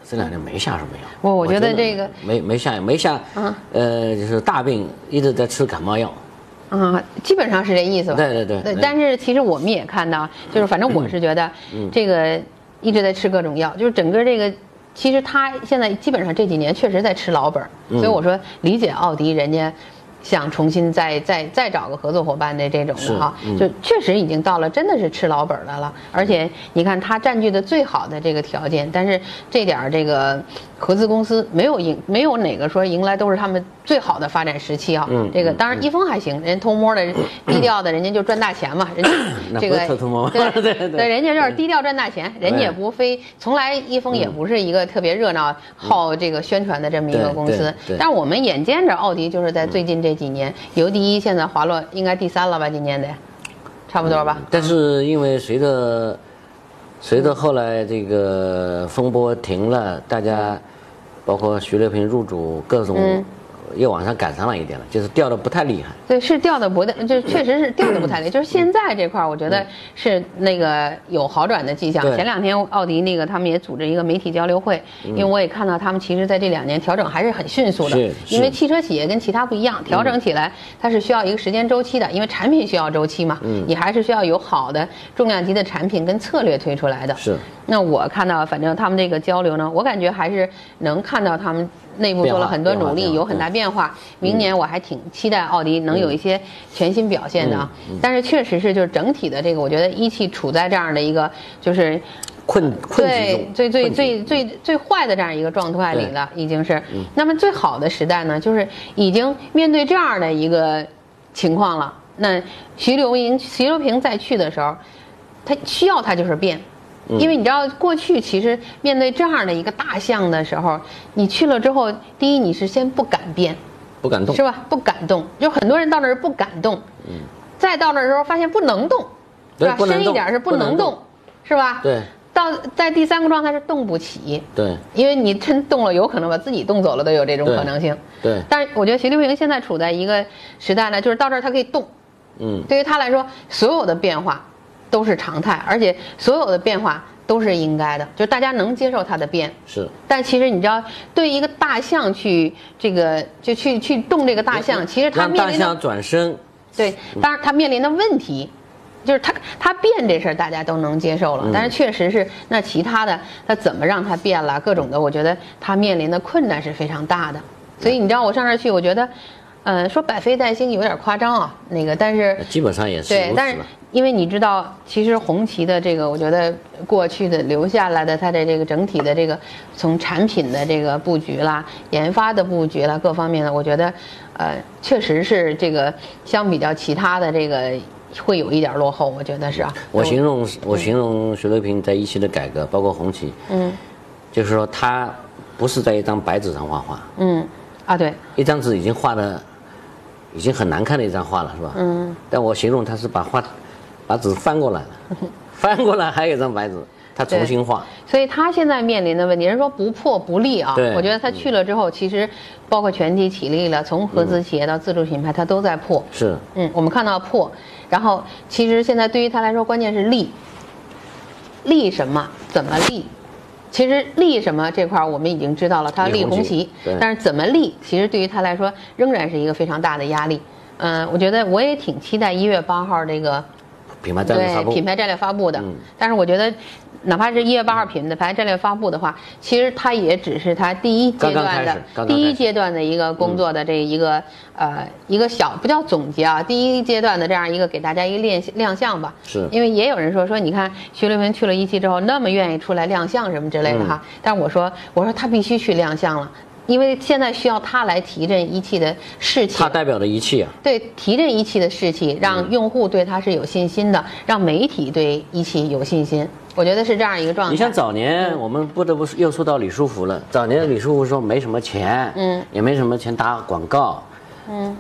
这两年没下什么药。我我觉得这个嗯没没下没下，呃，就是大病一直在吃感冒药，啊、基本上是这意思吧？对对对对但是其实我们也看到，就是反正我是觉得，嗯这个一直在吃各种药，就是整个这个。其实他现在基本上这几年确实在吃老本儿，嗯所以我说理解奥迪人家想重新再再再找个合作伙伴的这种的哈，嗯就确实已经到了真的是吃老本儿的了。而且你看他占据的最好的这个条件，但是这点儿这个合资公司没有迎没有哪个说迎来都是他们最好的发展时期啊。嗯这个当然一峰还行，人家偷摸 的低调的，人家就赚大钱嘛，人家那这不个是偷偷摸摸对 对对对，人家就是低调赚大钱，人家也对嗯不非从来一峰也不是一个特别热闹、好这个宣传的这么一个对公对司对，嗯但是我们眼见着奥迪就是在最近这几年由第一，现在滑落应该第三了吧，今年得差不多吧。但是因为随着随着后来这个风波停了，大家嗯包括徐乐平入主各种又往上赶上了一点了，就是掉的不太厉害。对，是掉的不太，就确实是掉的不嗯太厉害。就是现在这块儿，我觉得是那个有好转的迹象。对嗯前两天奥迪那个他们也组织一个媒体交流会，因为我也看到他们其实在这两年调整还是很迅速的是，是嗯因为汽车企业跟其他不一样，调整起来它是需要一个时间周期的，因为产品需要周期嘛，嗯你还是需要有好的重量级的产品跟策略推出来的。是。那我看到，反正他们这个交流呢，我感觉还是能看到他们内部做了很多变化努力，变化嗯有很大变化。明年我还挺期待奥迪能有一些全新表现的啊。但是确实是，就是整体的这个，我觉得一汽处在这样的一个就是困困局对中，最最困局最最最坏的这样一个状态里了，已经是。嗯那么最好的时代呢，就是已经面对这样的一个情况了。那徐留平，徐留平再去的时候，他需要他就是变。嗯因为你知道，过去其实面对这样的一个大象的时候，你去了之后，第一你是先不敢变，不敢动是。吧？不敢动，就很多人到那儿不敢动，嗯，再到那儿的时候发现不能动，对是吧？不能深一动点是不不能能动动，是吧？对。到在第三个状态是动不起，对因为你真动了，有可能把自己动走了都有这种对可能性。对，但是我觉得徐立平现在处在一个时代呢，就是到这儿他可以动，嗯，对于他来说，所有的变化都是常态，而且所有的变化都是应该的，就是大家能接受他的变。是。但其实你知道，对一个大象去这个就去去动这个大象，其实它让面大临的象转身，对，当然它面临的问题，就是它它变这事儿大家都能接受了，但是确实是那其他的它怎么让它变了，各种的，我觉得它面临的困难是非常大的。所以你知道我上那儿去，我觉得呃，说百废待兴有点夸张啊，那个但是基本上也是如对，此但是吧。因为你知道，其实红旗的这个，我觉得过去的留下来的它的这个整体的这个从产品的这个布局啦、研发的布局啦各方面的，我觉得，呃，确实是这个相比较其他的这个会有一点落后，我觉得是啊。我形容我形容徐乐平在一期的改革，包括红旗，嗯，就是说他不是在一张白纸上画画，嗯啊对，一张纸已经画的已经很难看的一张画了，是吧？嗯。但我形容他是把画把纸翻过来了， 翻过来还有一张白纸，他重新画。所以他现在面临的问题，人说不破不立啊对。我觉得他去了之后，其实包括全体起立了，从合资企业到自主品牌，他都在破。是，嗯，我们看到破，然后其实现在对于他来说，关键是立，立什么，怎么立。其实立什么这块儿我们已经知道了，他要立立红红旗旗对，但是怎么立，其实对于他来说仍然是一个非常大的压力。嗯、我觉得我也挺期待一月八号这个品牌战略发布嗯对品牌战略发布的。但是我觉得，哪怕是一月八号品牌战略发布的话，其实它也只是它第一阶刚刚段开的始刚刚第开一始阶段的一个工作的这一个、呃一个小不叫总结啊，第一阶段的这样一个给大家一个练习亮相吧。是因为也有人说说，你看徐立文去了一期之后，那么愿意出来亮相什么之类的哈。嗯但我说我说他必须去亮相了。因为现在需要他来提振一汽的士气，他代表的一切啊，对提振一汽的士气，嗯让用户对它是有信心的，让媒体对一汽有信心，我觉得是这样一个状态。你像早嗯年，我们不得不又说到李书福了。早年李书福说没什么钱，嗯，也没什么钱打广告，嗯，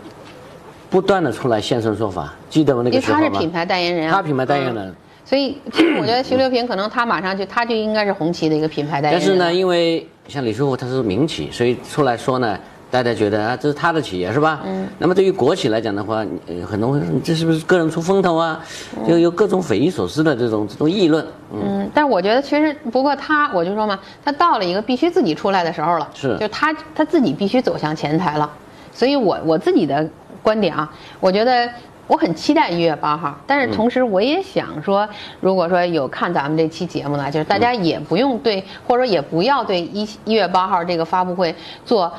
不断的出来现身说法，记得吗？那因为个时候他吗？是品牌代言人啊，他品牌代言人，所以 其实我觉得徐留平可能他马上就他就应该是红旗的一个品牌代言但人。啊是呢，，因为像李书福他是民企，所以出来说呢，大家觉得啊，这是他的企业是吧？嗯。那么对于国企来讲的话，你呃很多人会说你这是不是个人出风头啊？就有各种匪夷所思的这种这种议论，嗯嗯，但是我觉得其实不过他，我就说嘛，他到了一个必须自己出来的时候了，是就他他自己必须走向前台了。所以我我自己的观点啊，我觉得我很期待一月八号，但嗯是同时我也想说，如果说有看咱们这期节目呢，就是大家嗯也不用对，或者说也不要对一一月八号这个发布会做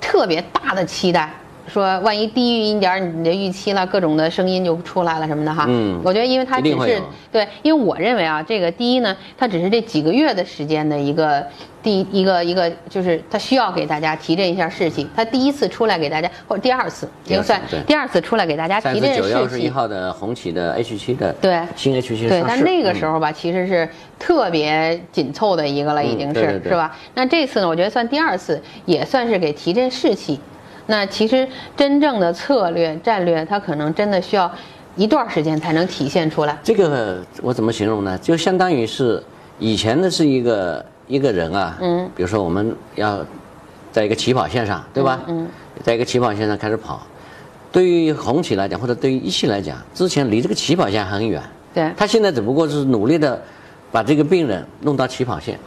特别大的期待。说万一低于一点儿你的预期了，各种的声音就出来了什么的哈。嗯我觉得因为它一只定会是有对，因为我认为啊，这个第一呢，它只是这几个月的时间的一个第一一个一个，就是它需要给大家提振一下士气。它第一次出来给大家，或者第二次，第也二次算对第二次出来给大家三提十振九月二士十一气。号的红旗的 H 7的对新 H 7对，上但市。那个嗯时候吧，其实是特别紧凑的一个了，已嗯经是、对对对是吧？那这次呢，我觉得算第二次，也算是给提振士气。那其实真正的策略战略，它可能真的需要一段时间才能体现出来。这个我怎么形容呢？就相当于是以前的是一个一个人啊，嗯，比如说我们要在一个起跑线上，对吧？嗯，在一个起跑线上开始跑。对于红旗来讲，或者对于一汽来讲，之前离这个起跑线还很远，对，他现在只不过是努力的把这个病人弄到起跑线。啊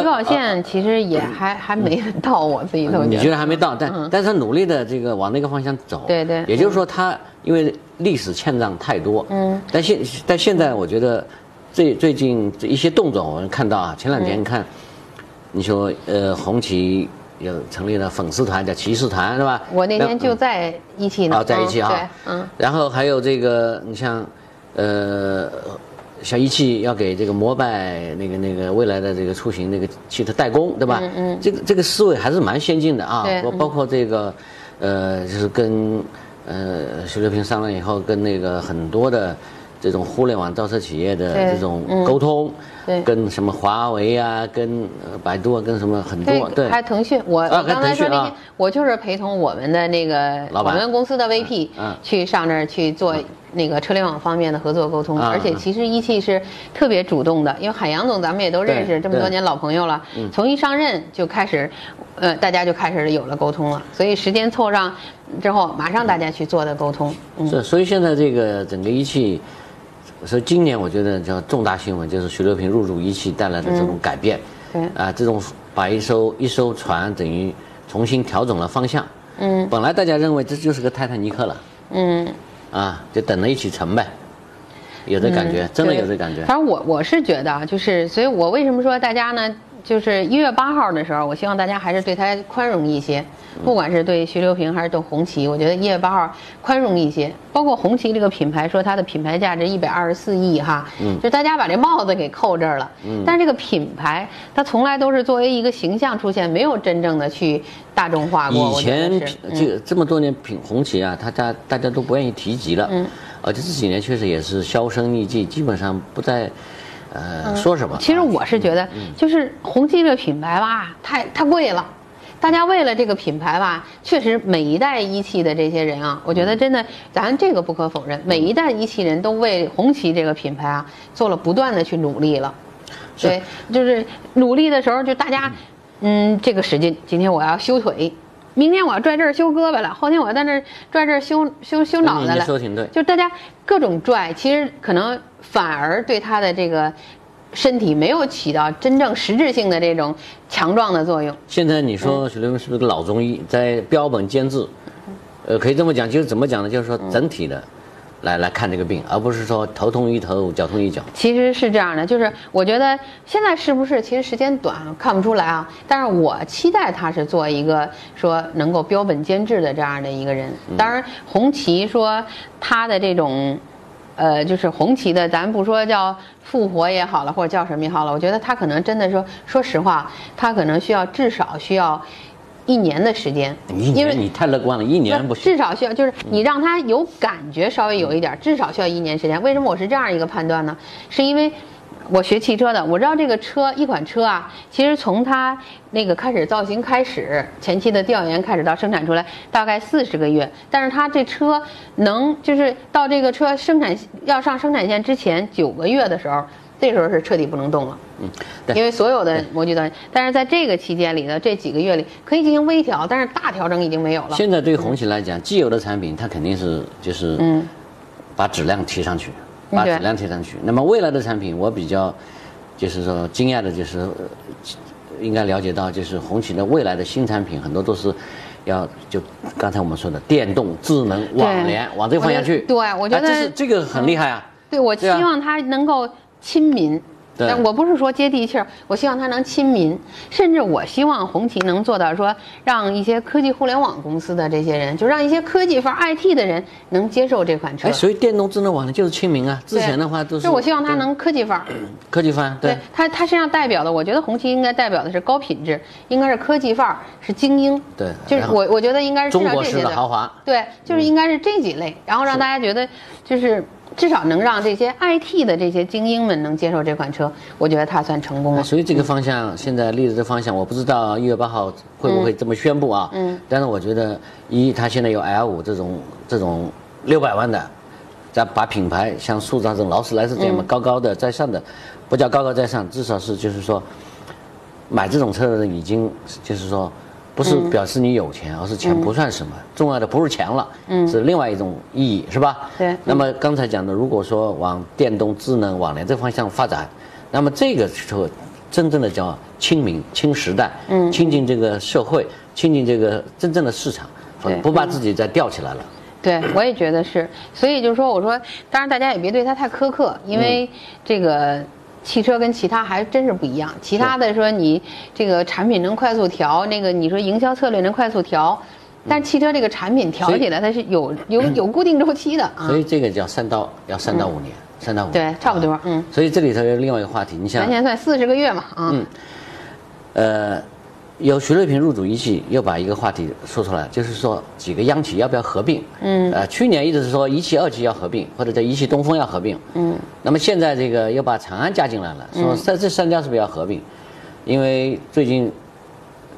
起跑线其实也还还没到，我自己都嗯你觉觉得。得还没到，但、但是努力的这个往那个方向走。嗯对对也就是说，他因为历史欠账太多，嗯，但现但现在我觉得最最近这一些动作，我们看到啊，前两嗯天看，你说呃，红旗有成立了粉丝团，叫骑士团是吧？我那天就嗯在一起呢，啊，在一起嗯啊对，，嗯，，然后还有这个，你像，呃，像一汽要给这个摩拜那个那个未来的这个出行那个汽车代工，对吧？嗯嗯，这个这个思维还是蛮先进的啊，对包嗯包括这个，呃，就是跟呃徐留平商量以后，跟那个很多的这种互联网造车企业的对嗯这种沟通，对跟什么华为啊，跟呃百度啊，跟什么很多，对，对还，有腾讯，我啊我刚跟腾才讯说那啊天，我就是陪同我们的那个老我板们公司的 VP 嗯嗯嗯去上那儿去做那个车联网方面的合作沟通，啊而且其实一汽是特别主动的，因为海洋总咱们也都认识对这么多对嗯年老朋友了，从一上任就开始，呃，大家就开始有了沟通了，所以时间凑上之后，马上大家去做的沟通，嗯，是，所以现在这个整个一汽，所以今年我觉得叫重大新闻，就是徐留平入驻一汽带来的这种改变，嗯对啊，这种把一艘一艘船等于重新调整了方向，嗯，本来大家认为这就是个泰坦尼克了，嗯。啊，就等着一起沉呗，嗯有这感觉，真的有这感觉反，正我我是觉得啊，就是所以，我为什么说大家呢？就是一月八号的时候，我希望大家还是对他宽容一些，嗯不管是对徐留平还是对红旗，我觉得一月八号宽容一些。包括红旗这个品牌，说它的品牌价值一百二十四亿哈，嗯就是大家把这帽子给扣这儿了，但是这个品牌它从来都是作为一个形象出现，没有真正的去大众化过。以我觉嗯得前是品这个这么多年品红旗啊，大家大家都不愿意提及嗯了，而且这几年确实也是销声匿迹，基本上不再呃说什么。嗯嗯其实我是觉得，就是红旗这个品牌吧，太太贵了。大家为了这个品牌吧，确实每一代一汽的这些人啊，我觉嗯得真的，咱这个不可否认，每一代一汽人都为红旗这个品牌啊做了不断的去努力了。是对，就是努力的时候，就大家，嗯，这个使劲，今天我要修腿，明天我要拽这儿修胳膊了，后天我要在那儿拽这儿修修修脑你袋你了。说得挺对，就大家各种拽，其实可能反而对他的这个身体没有起到真正实质性的这种强壮的作用。现在你嗯说许留平是不是个老中医，在标本兼治？呃，可以这么讲，就是怎么讲呢？就是说整嗯体的来来看这个病，而不是说头痛医头，脚痛医脚。其实是这样的，就是我觉得现在是不是其实时间短看不出来啊，但是我期待他是做一个说能够标本兼治的这样的一个人。嗯当然，红旗说他的这种，呃，就是红旗的，咱不说叫复活也好了，或者叫什么也好了，我觉得他可能真的说，说实话，他可能需要至少需要一年的时间，一因为年你太乐观了，一年不行。至少需要就是你让他有感觉，稍微有一点，至少需要一年时间。为什么我是这样一个判断呢？是因为我学汽车的，我知道这个车一款车啊，其实从它那个开始造型开始，前期的调研开始到生产出来，大概四十个月。但是它这车能就是到这个车生产要上生产线之前九个月的时候，这时候是彻底不能动了。嗯对因为所有的模具都，但是在这个期间里呢，这几个月里可以进行微调，但是大调整已经没有了。现在对于红旗来讲，既有的产品它肯定是就是，把质量提上去，把嗯对质量提上去。那么未来的产品，我比较就是说惊讶的就是，呃应该了解到就是红旗的未来的新产品很多都是要就刚才我们说的电动、智能、网联往这个方向去。我觉得嗯对我觉哎这是得这个很厉害啊。对，我希对啊望他能够亲民。对但我不是说接地气儿，我希望他能亲民，甚至我希望红旗能做到说，让一些科技互联网公司的这些人，就让一些科技范儿 IT 的人能接受这款车哎，。所以电动、智能、网联就是亲民啊。之对前的话都是就我希望他能科技范儿，科技方对对他他身上代表的，我觉得红旗应该代表的是高品质，应该是科技范儿，是精英。对就是然后我我觉得应该是中至少国这式些的的豪华。嗯对，就是应该是这几类，然后让大家觉得就是至少能让这些 IT 的这些精英们能接受这款车，我觉得它算成功了。所以这个方向，现在立的这方向，我不知道一月八号会不会这么宣布啊。嗯。但是我觉得，一它现在有 L 五这种这种六百万的，再把品牌像塑造成劳斯莱斯这样的高高的在上的，不叫高高在上，至少是就是说，买这种车的人已经就是说，不是表示你有钱，而是钱不算什么，重要的不是钱了，是另外一种意义，是吧？对那么刚才讲的，如果说往电动、智能、网联这方向发展，那么这个时候真正的叫亲民、亲时代，嗯，亲近这个社会，亲近这个真正的市场对，不把自己再吊起来了。对，我也觉得是。所以就是说，我说，当然大家也别对它太苛刻，因为嗯这个汽车跟其他还真是不一样。其他的说你这个产品能快速调，那个你说营销策略能快速调，但汽车这个产品调嗯所以嗯起来它是有有有固定周期的啊所。以这个叫三到要三到五年，三到五嗯对年，差不多啊嗯。哎所以这里头有另外一个话题，你咱想现，在算四十个月嘛啊。嗯呃，有徐瑞平入主一汽，又把一个话题说出来，就是说几个央企要不要合并？嗯，呃，去年一直是说一汽、二汽要合并，或者叫一汽东风要合并。嗯，那么现在这个又把长安加进来了，说嗯三这三家是不是要合并？因为最近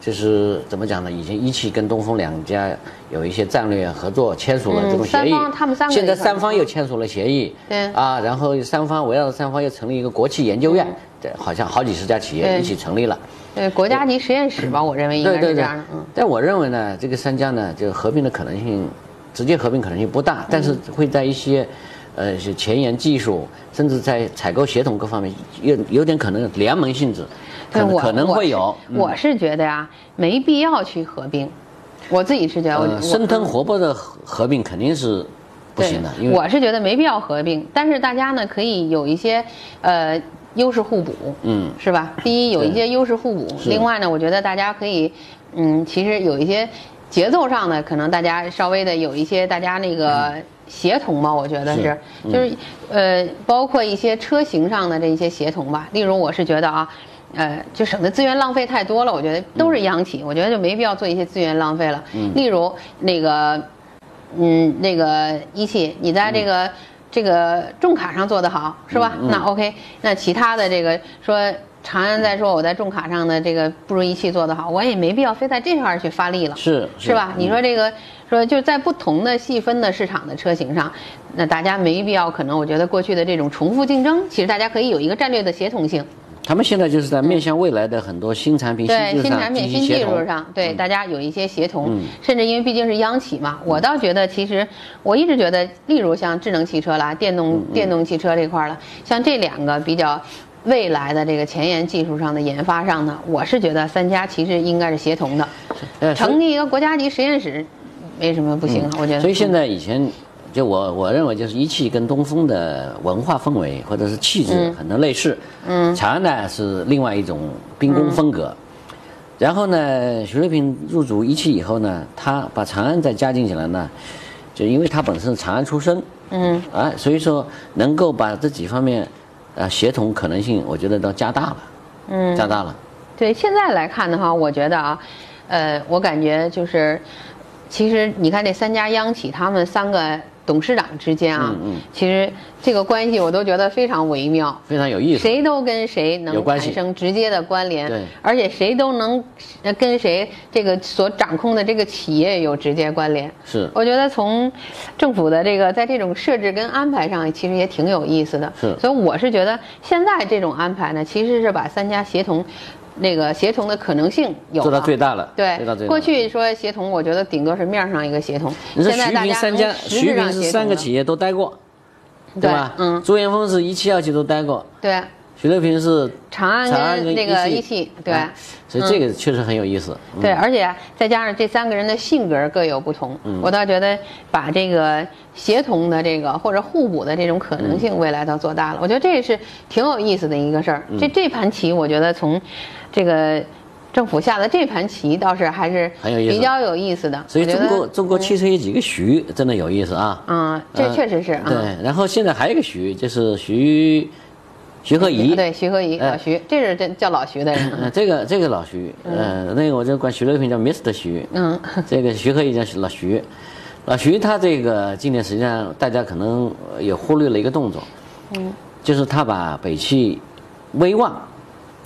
就是怎么讲呢？以前一汽跟东风两家有一些战略合作，签署了这种嗯协三议。方他们三个现在一块儿三方又签署了协议。对嗯啊，然后三方围绕着三方又成立一个国企研究院，这好像好几十家企业对一起成立了。对，国家级实验室吧，我认为应对该嗯对是这对样的。嗯，，但我认为呢，这个三家呢，就合并的可能性，直接合并可能性不嗯大，但是会在一些，呃，是前沿技术，甚至在采购协同各方面，有有点可能联盟性质，对可能我可能我会是有。我是觉得啊，没必要去合并，我自己是觉得我呃，生我吞活剥的合合并肯定是不对行的，因为我是觉得没必要合并，但是大家呢可以有一些呃优势互补，嗯，是吧？第一有一些优势互补，是另外呢，我觉得大家可以，嗯，其实有一些节奏上呢，可能大家稍微的有一些大家那个协同吧，我觉得嗯是是，嗯就是呃，包括一些车型上的这一些协同吧。例如，我是觉得啊。呃，就省得资源浪费太多了，我觉得都嗯是央企，我觉得就没必要做一些资源浪费了。例如那个嗯，那个一汽，你在这个、这个重卡上做得好是吧？那 OK，那其他的这个说长安在说我在重卡上的这个不如一汽做得好，我也没必要非在这块儿去发力了，是是吧？你说这个说就在不同的细分的市场的车型上，那大家没必要，可能我觉得过去的这种重复竞争，其实大家可以有一个战略的协同性。他们现在就是在面向未来的很多新产品、对技术新上产进品、行新技协术同。嗯上，对大家有一些协同，甚至因为毕竟是央企嘛，我倒觉得其实我一直觉得，例如像智能汽车啦、电嗯动电动汽车这块儿了，像这两个比较。未来的这个前沿技术上的研发上呢，我是觉得三家其实应该是协同的，呃所以嗯成立一个国家级实验室，没什么不行啊，我觉得。所以现在以前，就我我认为就是一汽跟东风的文化氛围或者是气质很能类似。嗯，长安呢是另外一种兵工风格。嗯然后呢，徐瑞平入主一汽以后呢，他把长安再加进去了呢，就因为他本身是长安出身，嗯，啊，所以说能够把这几方面，呃，协同可能性，我觉得都加大了，嗯，加大了，对，现在来看的话，我觉得啊，呃，我感觉就是，其实你看这三家央企，他们三个董事长之间啊，嗯其实这个关系我都觉得非常微妙，非常有意思。谁都跟谁有能关产系生直接的关联，对而且谁都能呃跟谁这个所掌控的这个企业有直接关联。是我觉得从政府的这个在这种设置跟安排上，其实也挺有意思的。是所以我是觉得现在这种安排呢，其实是把三家协同，那个协同的可能性有做到了最大了，对做到最，大过去说协同，我觉得顶多是面上一个协同。你说现在徐大平家三能家，实徐质上平协同是三个了企业都待过，对吧？嗯，朱元峰是一汽、二汽都待过，对，徐乐平是长安长安跟跟那个一一汽，对。嗯啊所以这个确实很有意思。嗯对，而且再加上这三个人的性格各有不同，嗯我倒觉得把这个协同的这个或者互补的这种可能性，未来倒做大了。嗯我觉得这也是挺有意思的一个事儿。这这盘棋，我觉得从这个政府下的这盘棋倒是还是很有意思比较有意思的。所以我觉中得国中国汽车有几个徐，真的有意思啊。嗯，这呃确实是啊。对，然后现在还有一个徐，就是徐徐和啊宜。对，徐和宜，哎老徐，这是真叫老徐的 人。呃，这个这个老徐，呃，那个我就管徐乐平叫 Mr 徐，嗯，这个徐克也叫老徐，老啊徐他这个今年实际上大家可能呃也忽略了一个动作，嗯，就是他把北汽威旺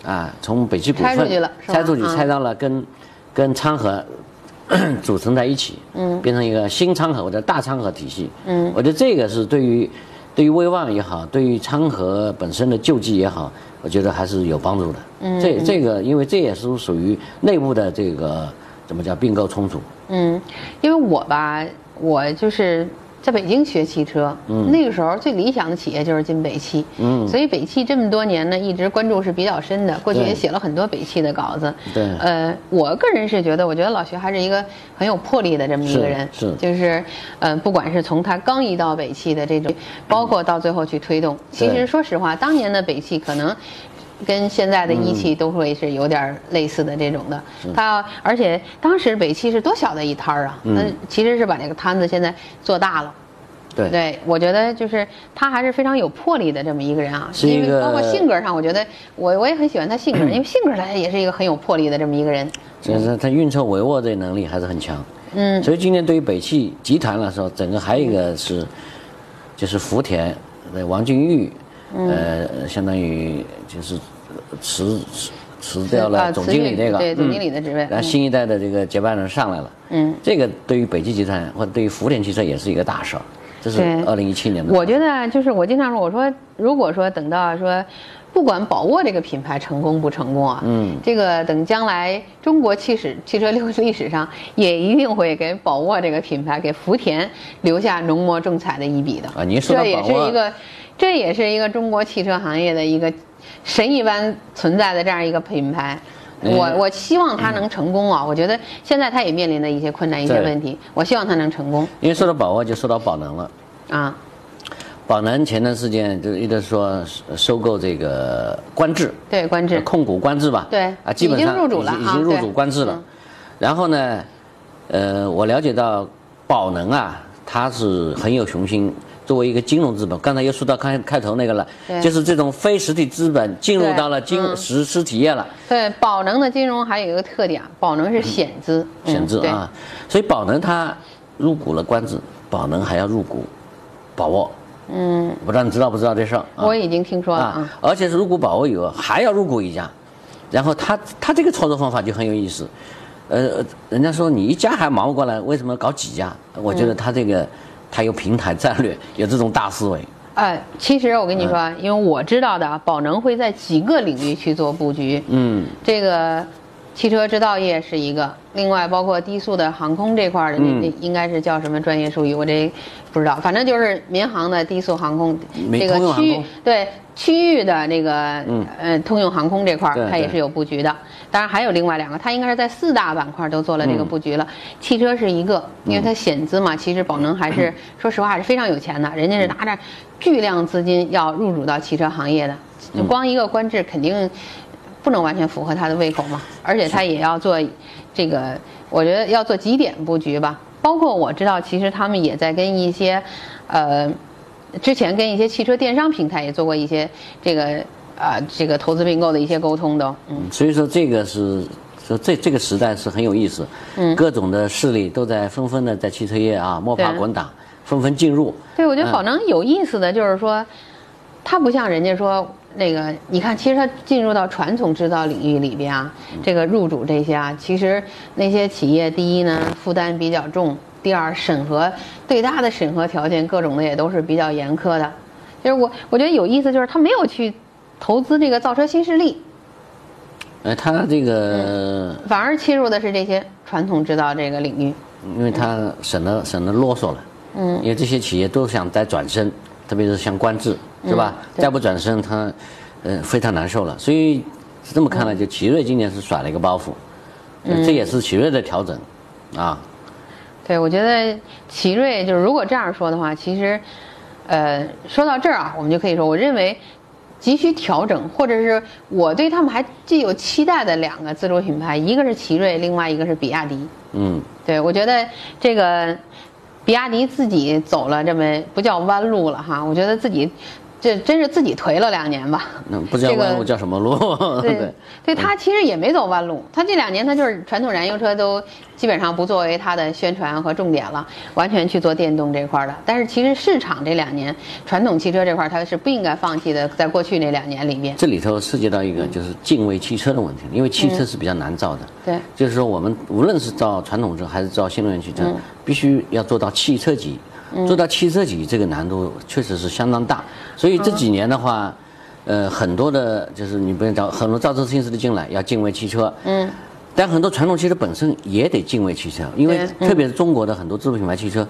啊从北汽股份拆出去了是吧拆出去嗯拆到了跟、跟昌河咳组成在一起，嗯，变成一个新昌河或者大昌河体系，嗯，我觉得这个是对于对于威望也好，对于昌河本身的救济也好，我觉得还是有帮助的。嗯，这这个因为这也是属于内部的这个怎么叫并购冲突，嗯，因为我吧，我就是在北京学汽车，那个时候最理想的企业就是进北汽，嗯，所以北汽这么多年呢，一直关注是比较深的，过去对也写了很多北汽的稿子，对呃，我个人是觉得，我觉得老徐还是一个很有魄力的这么一个人，是是就是，呃，不管是从他刚移到北汽的这种，包括到最后去推嗯动，其实说实话，当年的北汽可能。跟现在的一汽都会是有点儿类似的这种的，它而且当时北汽是多小的一摊儿啊，嗯那其实是把这个摊子现在做大了。对对，我觉得就是他还是非常有魄力的这么一个人啊，是一个因为包括性格上，我觉得我我也很喜欢他 性格，因为性格来也是一个很有魄力的这么一个人。所以说它运筹帷幄这能力还是很强。嗯，所以今年对于北汽集团来说，整个还有一个是，就是福田，呃，王俊玉，嗯呃，相当于就是辞辞辞掉啊了总经辞理去这个，对嗯总经理的职位然后新一代的这个接班人上来了，嗯，这个对于北汽集团或者对于福田汽车也是一个大事儿，这是对二零一七年的。我觉得啊就是我经常说，我说如果说等到说，不管宝沃这个品牌成功不成功啊，嗯，这个等将来中国汽史汽车 历历史上也一定会给宝沃这个品牌给福田留下浓墨重彩的一笔的啊您说到这也宝是沃一个，这也是一个中国汽车行业的一个神一般存在的这样一个品牌。哎我我希望它能成功啊！我觉得现在它也面临的一些困难、一些嗯对问题，我希望它能成功因为说到宝沃就说到宝能了。啊。宝南前段时间就一直说收购这个观致，对，官至呃控股观致吧？对啊，基本已上经入主了已经啊已经入对主观致了。然后呢，呃，我了解到宝能啊，它是很有雄心。作为一个金融资本，刚才又说到开开头那个了对，就是这种非实体资本进入对到了金嗯实实体业了，对宝能的金融还有一个特点，宝能是险资，选嗯择对嗯啊，所以宝能它入股了观致，宝能还要入股宝沃，嗯，不知道你知道不知道这事儿？啊我已经听说了啊啊，，而且是入股宝沃以后还要入股一家，然后他他这个操作方法就很有意思，呃，人家说你一家还忙不过来，为什么搞几家？我觉得他这个、他有平台战略，嗯有这种大思维，哎，其实我跟你说嗯啊，因为我知道的啊，宝能会在几个领域去做布局，嗯，这个汽车制造业是一个，另外包括低速的航空这块儿的，那、嗯那应该是叫什么专业术语？我这不知道，反正就是民航的低速航空，民这个通用区域航空对区域的那个、呃通用航空这块嗯对儿，它也对是有布局的。当然还有另外两个，它应该是在四大板块都做了这嗯个布局了。汽车是一个，因为它险资嘛，其实宝能还是、嗯 说实话还是非常有钱的，人家是拿着巨量资金要入主到汽车行业的，就嗯光一个官制肯定。不能完全符合他的胃口嘛，而且他也要做这个，我觉得要做几点布局吧。包括我知道，其实他们也在跟一些，呃，之前跟一些汽车电商平台也做过一些这个啊、这个投资并购的一些沟通的。嗯，所以说这个是说这这个时代是很有意思，嗯，各种的势力都在纷纷的在汽车业啊摸爬对滚打，纷纷进入，对，我觉得宝能有意思的就是说，它不像人家说那个，你看，其实它进入到传统制造领域里边啊，这个入主这些啊，其实那些企业第一呢负担比较重，第二审核对它的审核条件各种的也都是比较严苛的。就是我我觉得有意思就是它没有去投资这个造车新势力，呃，他这个。反而切入的是这些传统制造这个领域。因为他省得省得啰嗦了，嗯，因为这些企业都想再转身，特别是像观致，是吧？嗯对再不转身，他，呃，非常难受了。所以这嗯么看来，就奇瑞今年是甩了一个包袱，呃这也是奇瑞的调整，啊，对，我觉得奇瑞就是如果这样说的话，其实，呃，说到这儿啊，我们就可以说，我认为急需调整，或者是我对他们还既有期待的两个自主品牌，一个是奇瑞，另外一个是比亚迪。嗯，对，我觉得这个比亚迪自己走了这么不叫弯路了哈，我觉得自己这真是自己颓了两年吧。那不知道这个弯路叫什么路， 对，对他其实也没走弯路，他这两年他就是传统燃油车都基本上不作为他的宣传和重点了，完全去做电动这块儿的。但是其实市场这两年传统汽车这块儿他是不应该放弃的，在过去那两年里面，这里头涉及到一个就是敬畏汽车的问题，因为汽嗯车是比较难造的。对就是说我们无论是造传统车还是造新能源汽车，必须要做到汽车级。做到汽车级这个难度确实是相当大，所以这几年的话，呃，很多的就是你不用找很多造车新势力进来要敬畏汽车，嗯，但很多传统汽车本身也得敬畏汽车，因为对特别是中国的很多自主品牌汽车，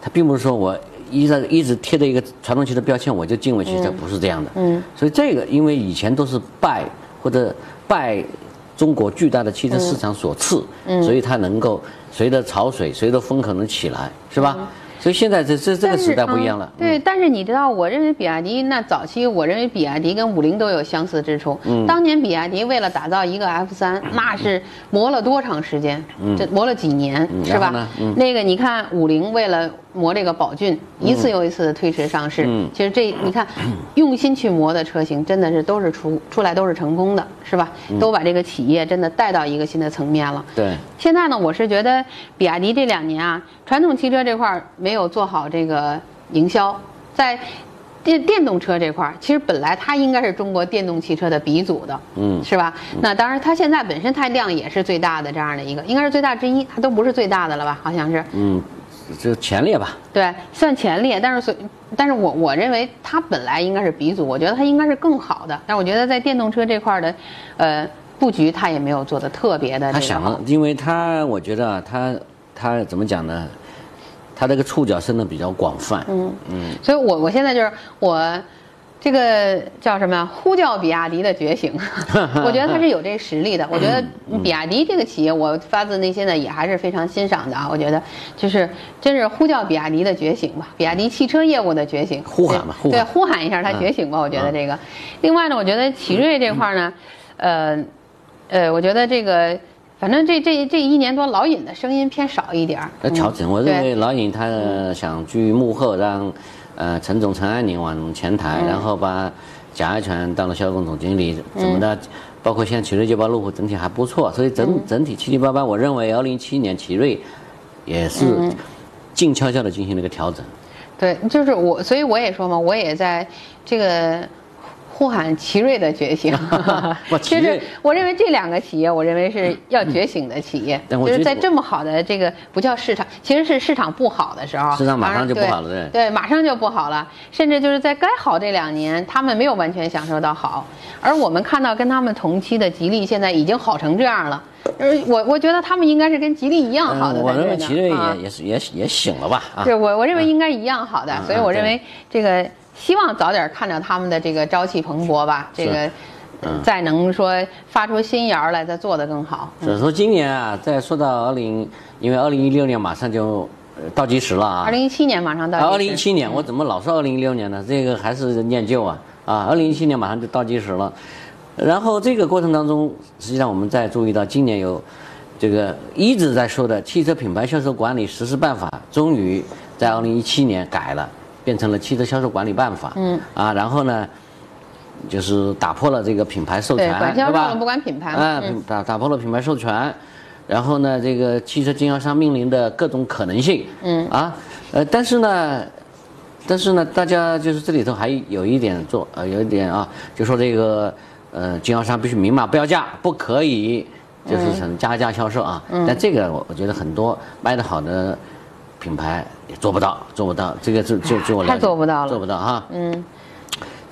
它并不是说我一直一直贴着一个传统汽车标签我就敬畏汽车，不是这样的。嗯，所以这个因为以前都是拜或者拜中国巨大的汽车市场所赐，所以它能够随着潮水、随着风口能起来，是吧？所以现在这这这个但是时代不一样嗯了。对，但是你知道，我认为比亚迪那早期，我认为比亚迪跟五菱都有相似之处。嗯当年比亚迪为了打造一个 F 三，那是磨了多长时间？这磨了几年，嗯是然后吧呢？嗯那个你看，五菱为了磨这个宝骏，一次又一次的推迟上市。嗯其实这你看，用心去磨的车型，真的是都是出出来都是成功的，是吧？嗯都把这个企业真的带到一个新的层面了。对，现在呢，我是觉得比亚迪这两年啊，传统汽车这块儿没有做好这个营销，在电电动车这块儿，其实本来它应该是中国电动汽车的鼻祖的，嗯是吧？那当然，它现在本身它量也是最大的这样的一个，应该是最大之一，它都不是最大的了吧？好像是，嗯，就前列吧。对，算前列，但是所，但是我我认为它本来应该是鼻祖，我觉得它应该是更好的，但我觉得在电动车这块儿的，呃，布局它也没有做的特别的、这他个想好了，因为他我觉得啊，他他怎么讲呢？他这个触角伸的比较广泛。嗯，所以我我现在就是我这个叫什么呀？呼叫比亚迪的觉 醒，我觉得它是有这实力的。我觉得嗯比亚迪这个企业，我发自内心的也还是非常欣赏的啊。我觉得就是真是呼叫比亚迪的觉醒吧，比亚迪汽车业务的觉醒，呼喊吧对嗯呼对，喊呼喊一下它觉醒吧。我觉得这个，另外呢，我觉得奇瑞这块儿呢，呃，呃，我觉得这个。反正这这这一年多，老尹的声音偏少一点儿。嗯要呃调整。我对认为老尹他呃想居幕后，让呃陈总、陈安宁往前嗯台，然后把贾爱全当了销售总总经理，怎么嗯的？包括现在奇瑞这帮路虎整体还不错，所以整整体七七八八，我认为二零一七年奇瑞也是嗯静悄悄的进行了一个调整。对，就是我，所以我也说嘛，我也在这个呼喊奇瑞的觉醒 哇。就奇瑞是我认为这两个企业，我认为是要觉醒的企业，嗯但我就觉是得在我这么好的这个不叫市场，其实是市场不好的时候，市场马上就不对好了对对，马上就不好了，甚至就是在该好这两年，他们没有完全享受到好，而我们看到跟他们同期的吉利现在已经好成这样了，而我我觉得他们应该是跟吉利一样啊好的在嗯我这呢。认为奇瑞啊也也是也也醒了吧啊对，我我认为应该一样好的，嗯所以我嗯认为这个希望早点看到他们的这个朝气蓬勃吧，这个嗯再能说发出新芽儿来，再做得更好。所以说今年啊，再说到二零，因为二零一六年马上就呃倒计时了啊二。零一嗯七年马上到，二零一七年，我怎么老说二零一六年呢？这个还是念旧啊啊！二零一七年马上就倒计时了，然后这个过程当中，实际上我们在注意到今年有这个一直在说的汽车品牌销售管理实施办法，终于在二零一七年改了，变成了汽车销售管理办法。嗯啊，然后呢，就是打破了这个品牌授对权，管销售吧？不管品牌嗯嘛啊，品打打破了品牌授权，然后呢，这个汽车经销商命令的各种可能性，嗯啊，呃，但是呢，但是呢，大家就是这里头还有一点做呃，有一点啊，就说这个呃，经销商必须明码标价，不可以就是成加价销售啊。嗯但这个我我觉得很多卖得好的品牌也做不到，做不到，这个就就就我了太解做不到了做不到哈。嗯。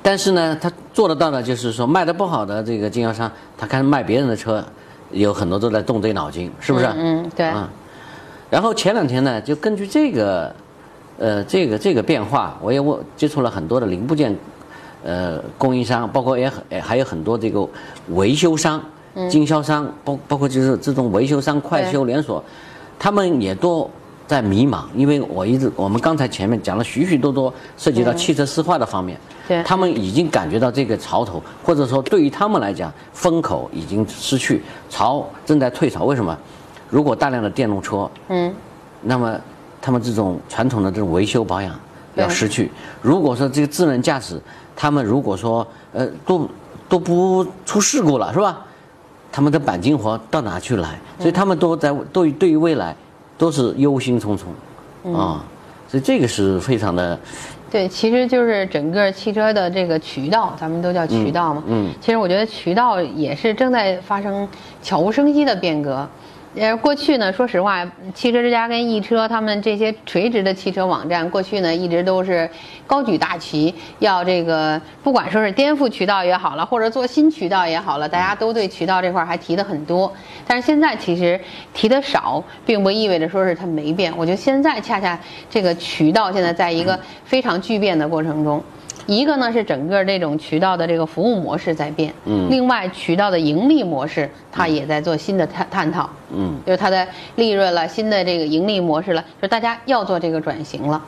但是呢，他做得到的，就是说卖得不好的这个经销商，他开始卖别人的车，有很多都在动这脑筋，是不是？嗯嗯对啊然后前两天呢，就根据这个，呃，这个这个变化，我也我接触了很多的零部件，呃，供应商，包括也很也还有很多这个维修商、经销商，包包括就是这种维修商、快修连锁，他们也都在迷茫，因为我一直我们刚才前面讲了许许多多涉及到汽车私化的方面，对他们已经感觉到这个潮头，或者说对于他们来讲，风口已经失去，潮正在退潮。为什么？如果大量的电动车，嗯，那么他们这种传统的这种维修保养对要失去。如果说这个智能驾驶，他们如果说呃都都不出事故了，是吧？他们的钣金活到哪去来？嗯所以他们都在对于对于未来都是忧心忡嗯忡啊。所以这个是非常的，对，其实就是整个汽车的这个渠道，咱们都叫渠道嘛。嗯嗯其实我觉得渠道也是正在发生悄无声息的变革。呃，过去呢，说实话，汽车之家跟易车他们这些垂直的汽车网站，过去呢一直都是高举大旗，要这个不管说是颠覆渠道也好了，或者做新渠道也好了，大家都对渠道这块儿还提的很多。但是现在其实提的少，并不意味着说是它没变。我觉得现在恰恰这个渠道现在在一个非常巨变的过程中。一个呢是整个这种渠道的这个服务模式在变，嗯，另外渠道的盈利模式它也在做新的探探讨，嗯，就是它的利润了，新的这个盈利模式了，就是大家要做这个转型了，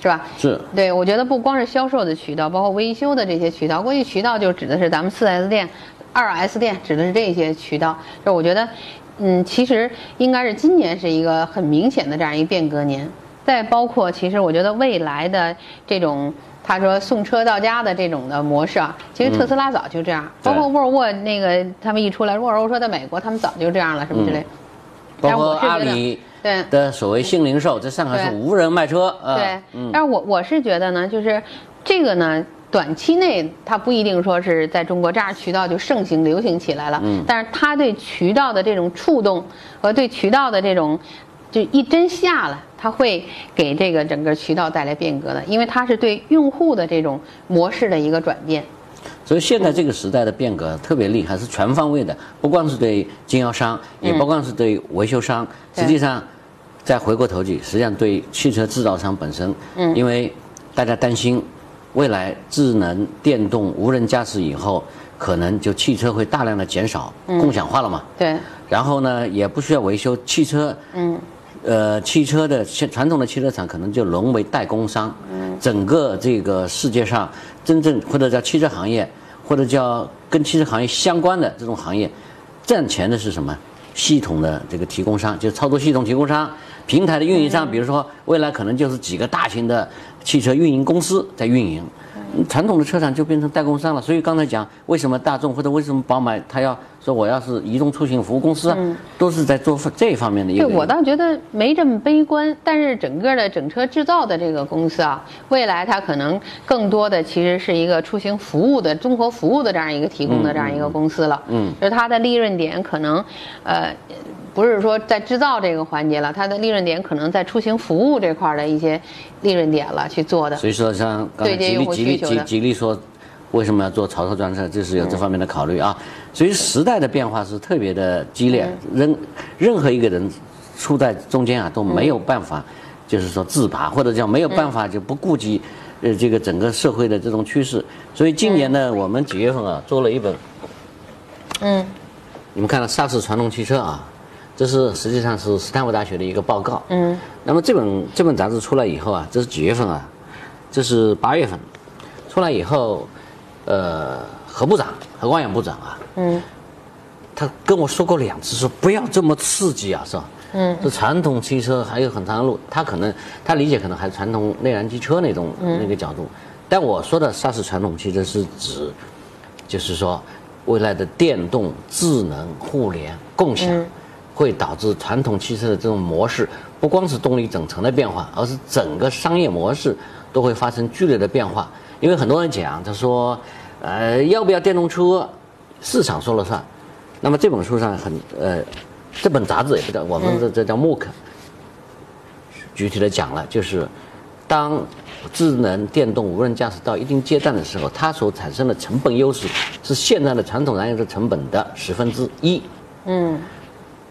是吧？是对，我觉得不光是销售的渠道，包括维修的这些渠道，过去渠道就指的是咱们四 S 店、二 S 店，指的是这些渠道。就是我觉得，嗯，其实应该是今年是一个很明显的这样一个变革年。再包括，其实我觉得未来的这种他说送车到家的这种的模式啊，其实特斯拉早就这样，包对括沃尔沃那个他们一出来，沃尔沃说在美国他们早就这样了，什么之类。包但括我是觉阿得里对的所谓新零售，在上海是对无人卖车啊。对，但是我我是觉得呢，就是这个呢，短期内它不一定说是在中国这样渠道就盛行流行起来了，但是它对渠道的这种触动和对渠道的这种就一针下来，它会给这个整个渠道带来变革的，因为它是对用户的这种模式的一个转变。所以现在这个时代的变革特别厉害，是全方位的，不光是对经销商，也不光是对维修商，嗯对实际上嗯再回过头去，实际上对汽车制造商本身，因为大家担心未来智能、电动、无人驾驶以后，可能就汽车会大量的减少，嗯共享化了嘛。对，然后呢，也不需要维修汽车，嗯，呃，汽车的现传统的汽车厂可能就沦为代工商，嗯，整个这个世界上真正或者叫汽车行业，或者叫跟汽车行业相关的这种行业，赚钱的是什么？系统的这个提供商，就是操作系统提供商、平台的运营商，比如说未来可能就是几个大型的汽车运营公司在运营，传统的车厂就变成代工商了。所以刚才讲，为什么大众或者为什么宝马，他要说我要是移动出行服务公司啊，都是在做这方面的一对个。我倒觉得没这么悲观，但是整个的整车制造的这个公司啊，未来它可能更多的其实是一个出行服务的综合服务的这样一个提供的这样一个公司了。嗯，就是它的利润点可能，呃，不是说在制造这个环节了，它的利润点可能在出行服务这块儿的一些利润点了去做的。所以说，像刚对才接吉用利户吉利需求吉的吉利说，为什么要做潮州专车，就是有这方面的考虑啊。所以时代的变化是特别的激烈，嗯任任何一个人处在中间啊都没有办法，嗯就是说自拔，或者叫没有办法就不顾及，呃，这个整个社会的这种趋势。所以今年呢，我们几月份啊做了一本，嗯你们看了萨斯传动汽车啊，这是实际上是斯坦福大学的一个报告。嗯，那么这本这本杂志出来以后啊，这是几月份啊？这是八月份，出来以后，呃，何部长何光远部长啊，嗯，他跟我说过两次，说不要这么刺激啊，是吧？嗯，这传统汽车还有很长的路，他可能他理解可能还是传统内燃机车那种、嗯那个角度，但我说的萨斯传统汽车是指，就是说未来的电动、智能、互联、共享。会导致传统汽车的这种模式，不光是动力总成的变化，而是整个商业模式都会发生剧烈的变化。因为很多人讲，他说，呃，要不要电动车，市场说了算。那么这本书上很呃，这本杂志也不叫我们这这叫 MOOC，、具体的讲了，就是当智能电动无人驾驶到一定阶段的时候，它所产生的成本优势是现在的传统燃油车成本的十分之一。嗯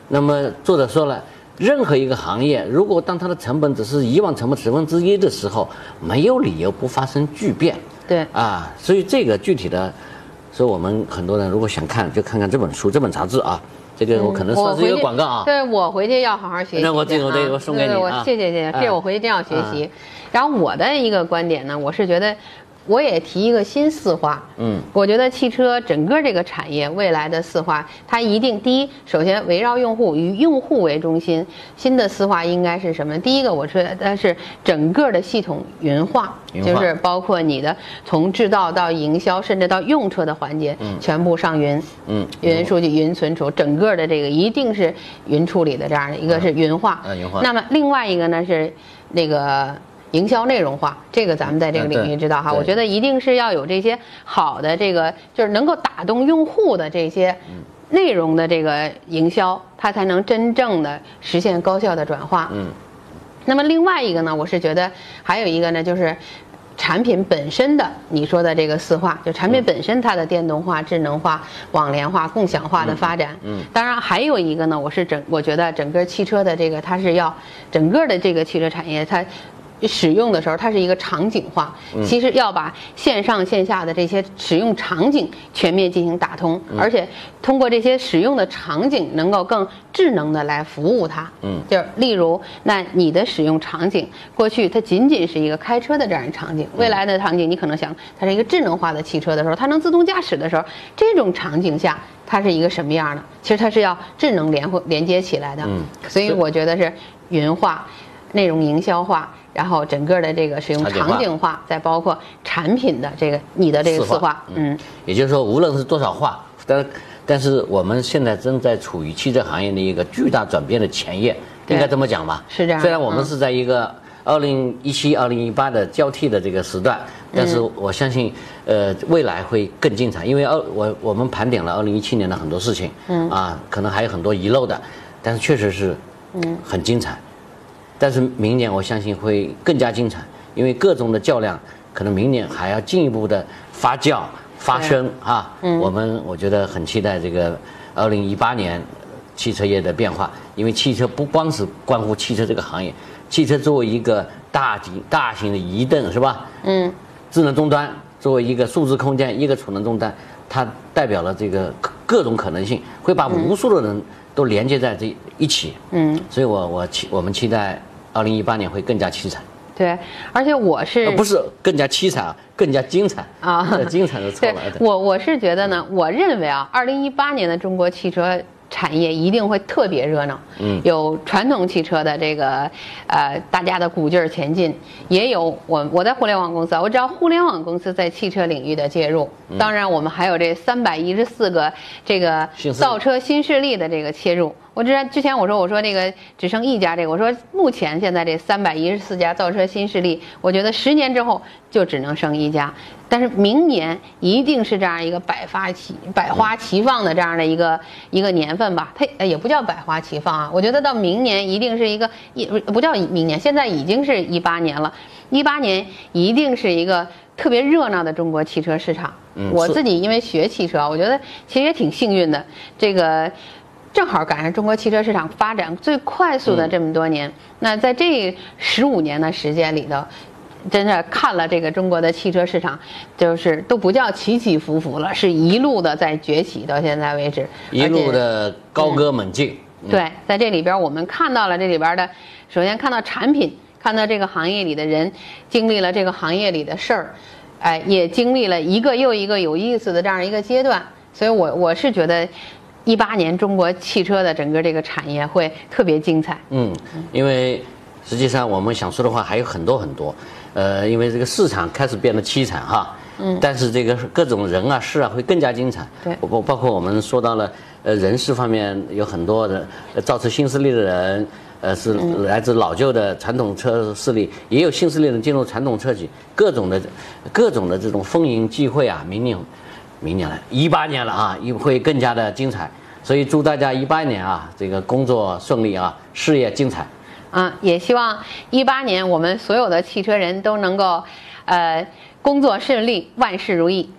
那么作者说了，任何一个行业，如果当它的成本只是以往成本十分之一的时候，没有理由不发生巨变。对啊，所以这个具体的，所以我们很多人如果想看，就看看这本书、这本杂志啊。这个我可能我算是一回个去广告啊。对我回去要好好学习。那我这个个我这个我送给你啊嗯谢谢谢谢，哎这我回去真要学习。然后我的一个观点呢，我是觉得。我也提一个新四化，嗯，我觉得汽车整个这个产业未来的四化，它一定第一，首先围绕用户以用户为中心，新的四化应该是什么？第一个，我觉得是整个的系统云化，云化就是包括你的从制造到营销，甚至到用车的环节，全部上云，嗯，云数据、云存储，整个的这个一定是云处理的这样的一个是云化，嗯云化那么另外一个呢是那个营销内容化，这个咱们在这个嗯领对域知道哈，对我觉得一定是要有这些好的这个就是能够打动用户的这些嗯内容的这个营销，它才能真正的实现高效的转化。嗯，那么另外一个呢，我是觉得还有一个呢，就是产品本身的你说的这个四化，就产品本身它的电动化、智能化、网联化、共享化的发展。嗯，当然还有一个呢，我是整我觉得整个汽车的这个它是要整个的这个汽车产业它。使用的时候，它是一个场景化，其实要把线上线下的这些使用场景全面进行打通，而且通过这些使用的场景，能够更智能的来服务它。嗯就是例如，那你的使用场景，过去它仅仅是一个开车的这样一个场景，嗯未来的场景你可能想它是一个智能化的汽车的时候，它能自动驾驶的时候，这种场景下它是一个什么样的？其实它是要智能联合连接起来的。嗯所以是我觉得是云化、内容营销化，然后整个的这个使用场景化场景化，再包括产品的这个你的这个四化四化，嗯，也就是说，无论是多少话，但但是我们现在正在处于汽车行业的一个巨大转变的前夜，对应该这么讲吧？是这样嗯的虽然我们是在一个二零一七、二零一八的交替的这个时段，嗯但是我相信，呃，未来会更精彩，因为二我我们盘点了二零一七年的很多事情，嗯啊，可能还有很多遗漏的，但是确实是，嗯，很精彩。但是明年我相信会更加精彩，因为各种的较量，可能明年还要进一步的发酵、发生啊。我们我觉得很期待这个二零一八年呃汽车业的变化，因为汽车不光是关乎汽车这个行业，汽车作为一个大型大型的移动是吧？嗯，智能终端作为一个数字空间，一个储能终端，它代表了这个各各种可能性，会把无数的人都连接在这一起。嗯，所以我我期我们期待二零一八年会更加凄惨，对，而且我是呃不是更加凄惨啊，更加精彩啊这精彩的错嗯对了。对我我是觉得呢，我认为啊，二零一八年的中国汽车产业一定会特别热闹。嗯有传统汽车的这个呃大家的鼓劲儿前进，也有我我在互联网公司啊，我知道互联网公司在汽车领域的介入。嗯当然，我们还有这三百一十四个这个新势力造车新势力的这个切入。我之前之前我说我说那个只剩一家这个，我说目前现在这三百一十四家造车新势力，我觉得十年之后就只能剩一家，但是明年一定是这样一个百花齐百花齐放的这样的一个一个年份吧，它呃也不叫百花齐放啊，我觉得到明年一定是一个一不不叫明年，现在已经是一八年了，一八年一定是一个特别热闹的中国汽车市场。嗯我是自己因为学汽车，我觉得其实也挺幸运的，这个正好赶上中国汽车市场发展最快速嗯的这么多年。那在这十五年的时间里头。真的看了这个中国的汽车市场，就是都不叫起起伏伏了，是一路的在崛起到现在为止，一而路且嗯的高歌猛进。对，在这里边儿我们看到了这里边儿的，首先看到产品，看到这个行业里的人，经历了这个行业里的事儿，哎，也经历了一个又一个有意思的这样一个阶段。所以我，我是觉得，一八年中国汽车的整个这个产业会特别精彩。嗯，因为实际上我们想说的话还有很多很多，呃，因为这个市场开始变得凄惨哈，嗯，但是这个各种人啊事啊会更加精彩，对包包括我们说到了呃人事方面有很多的呃造车新势力的人，呃是嗯来自老旧的传统车势力，也有新势力人进入传统车企，各种的各种的这种丰盈际会啊，明年明年了，一八年了啊，也会更加的精彩。所以祝大家一八年啊，这个工作顺利啊，事业精彩。啊，也希望一八年我们所有的汽车人都能够，呃，工作顺利，万事如意。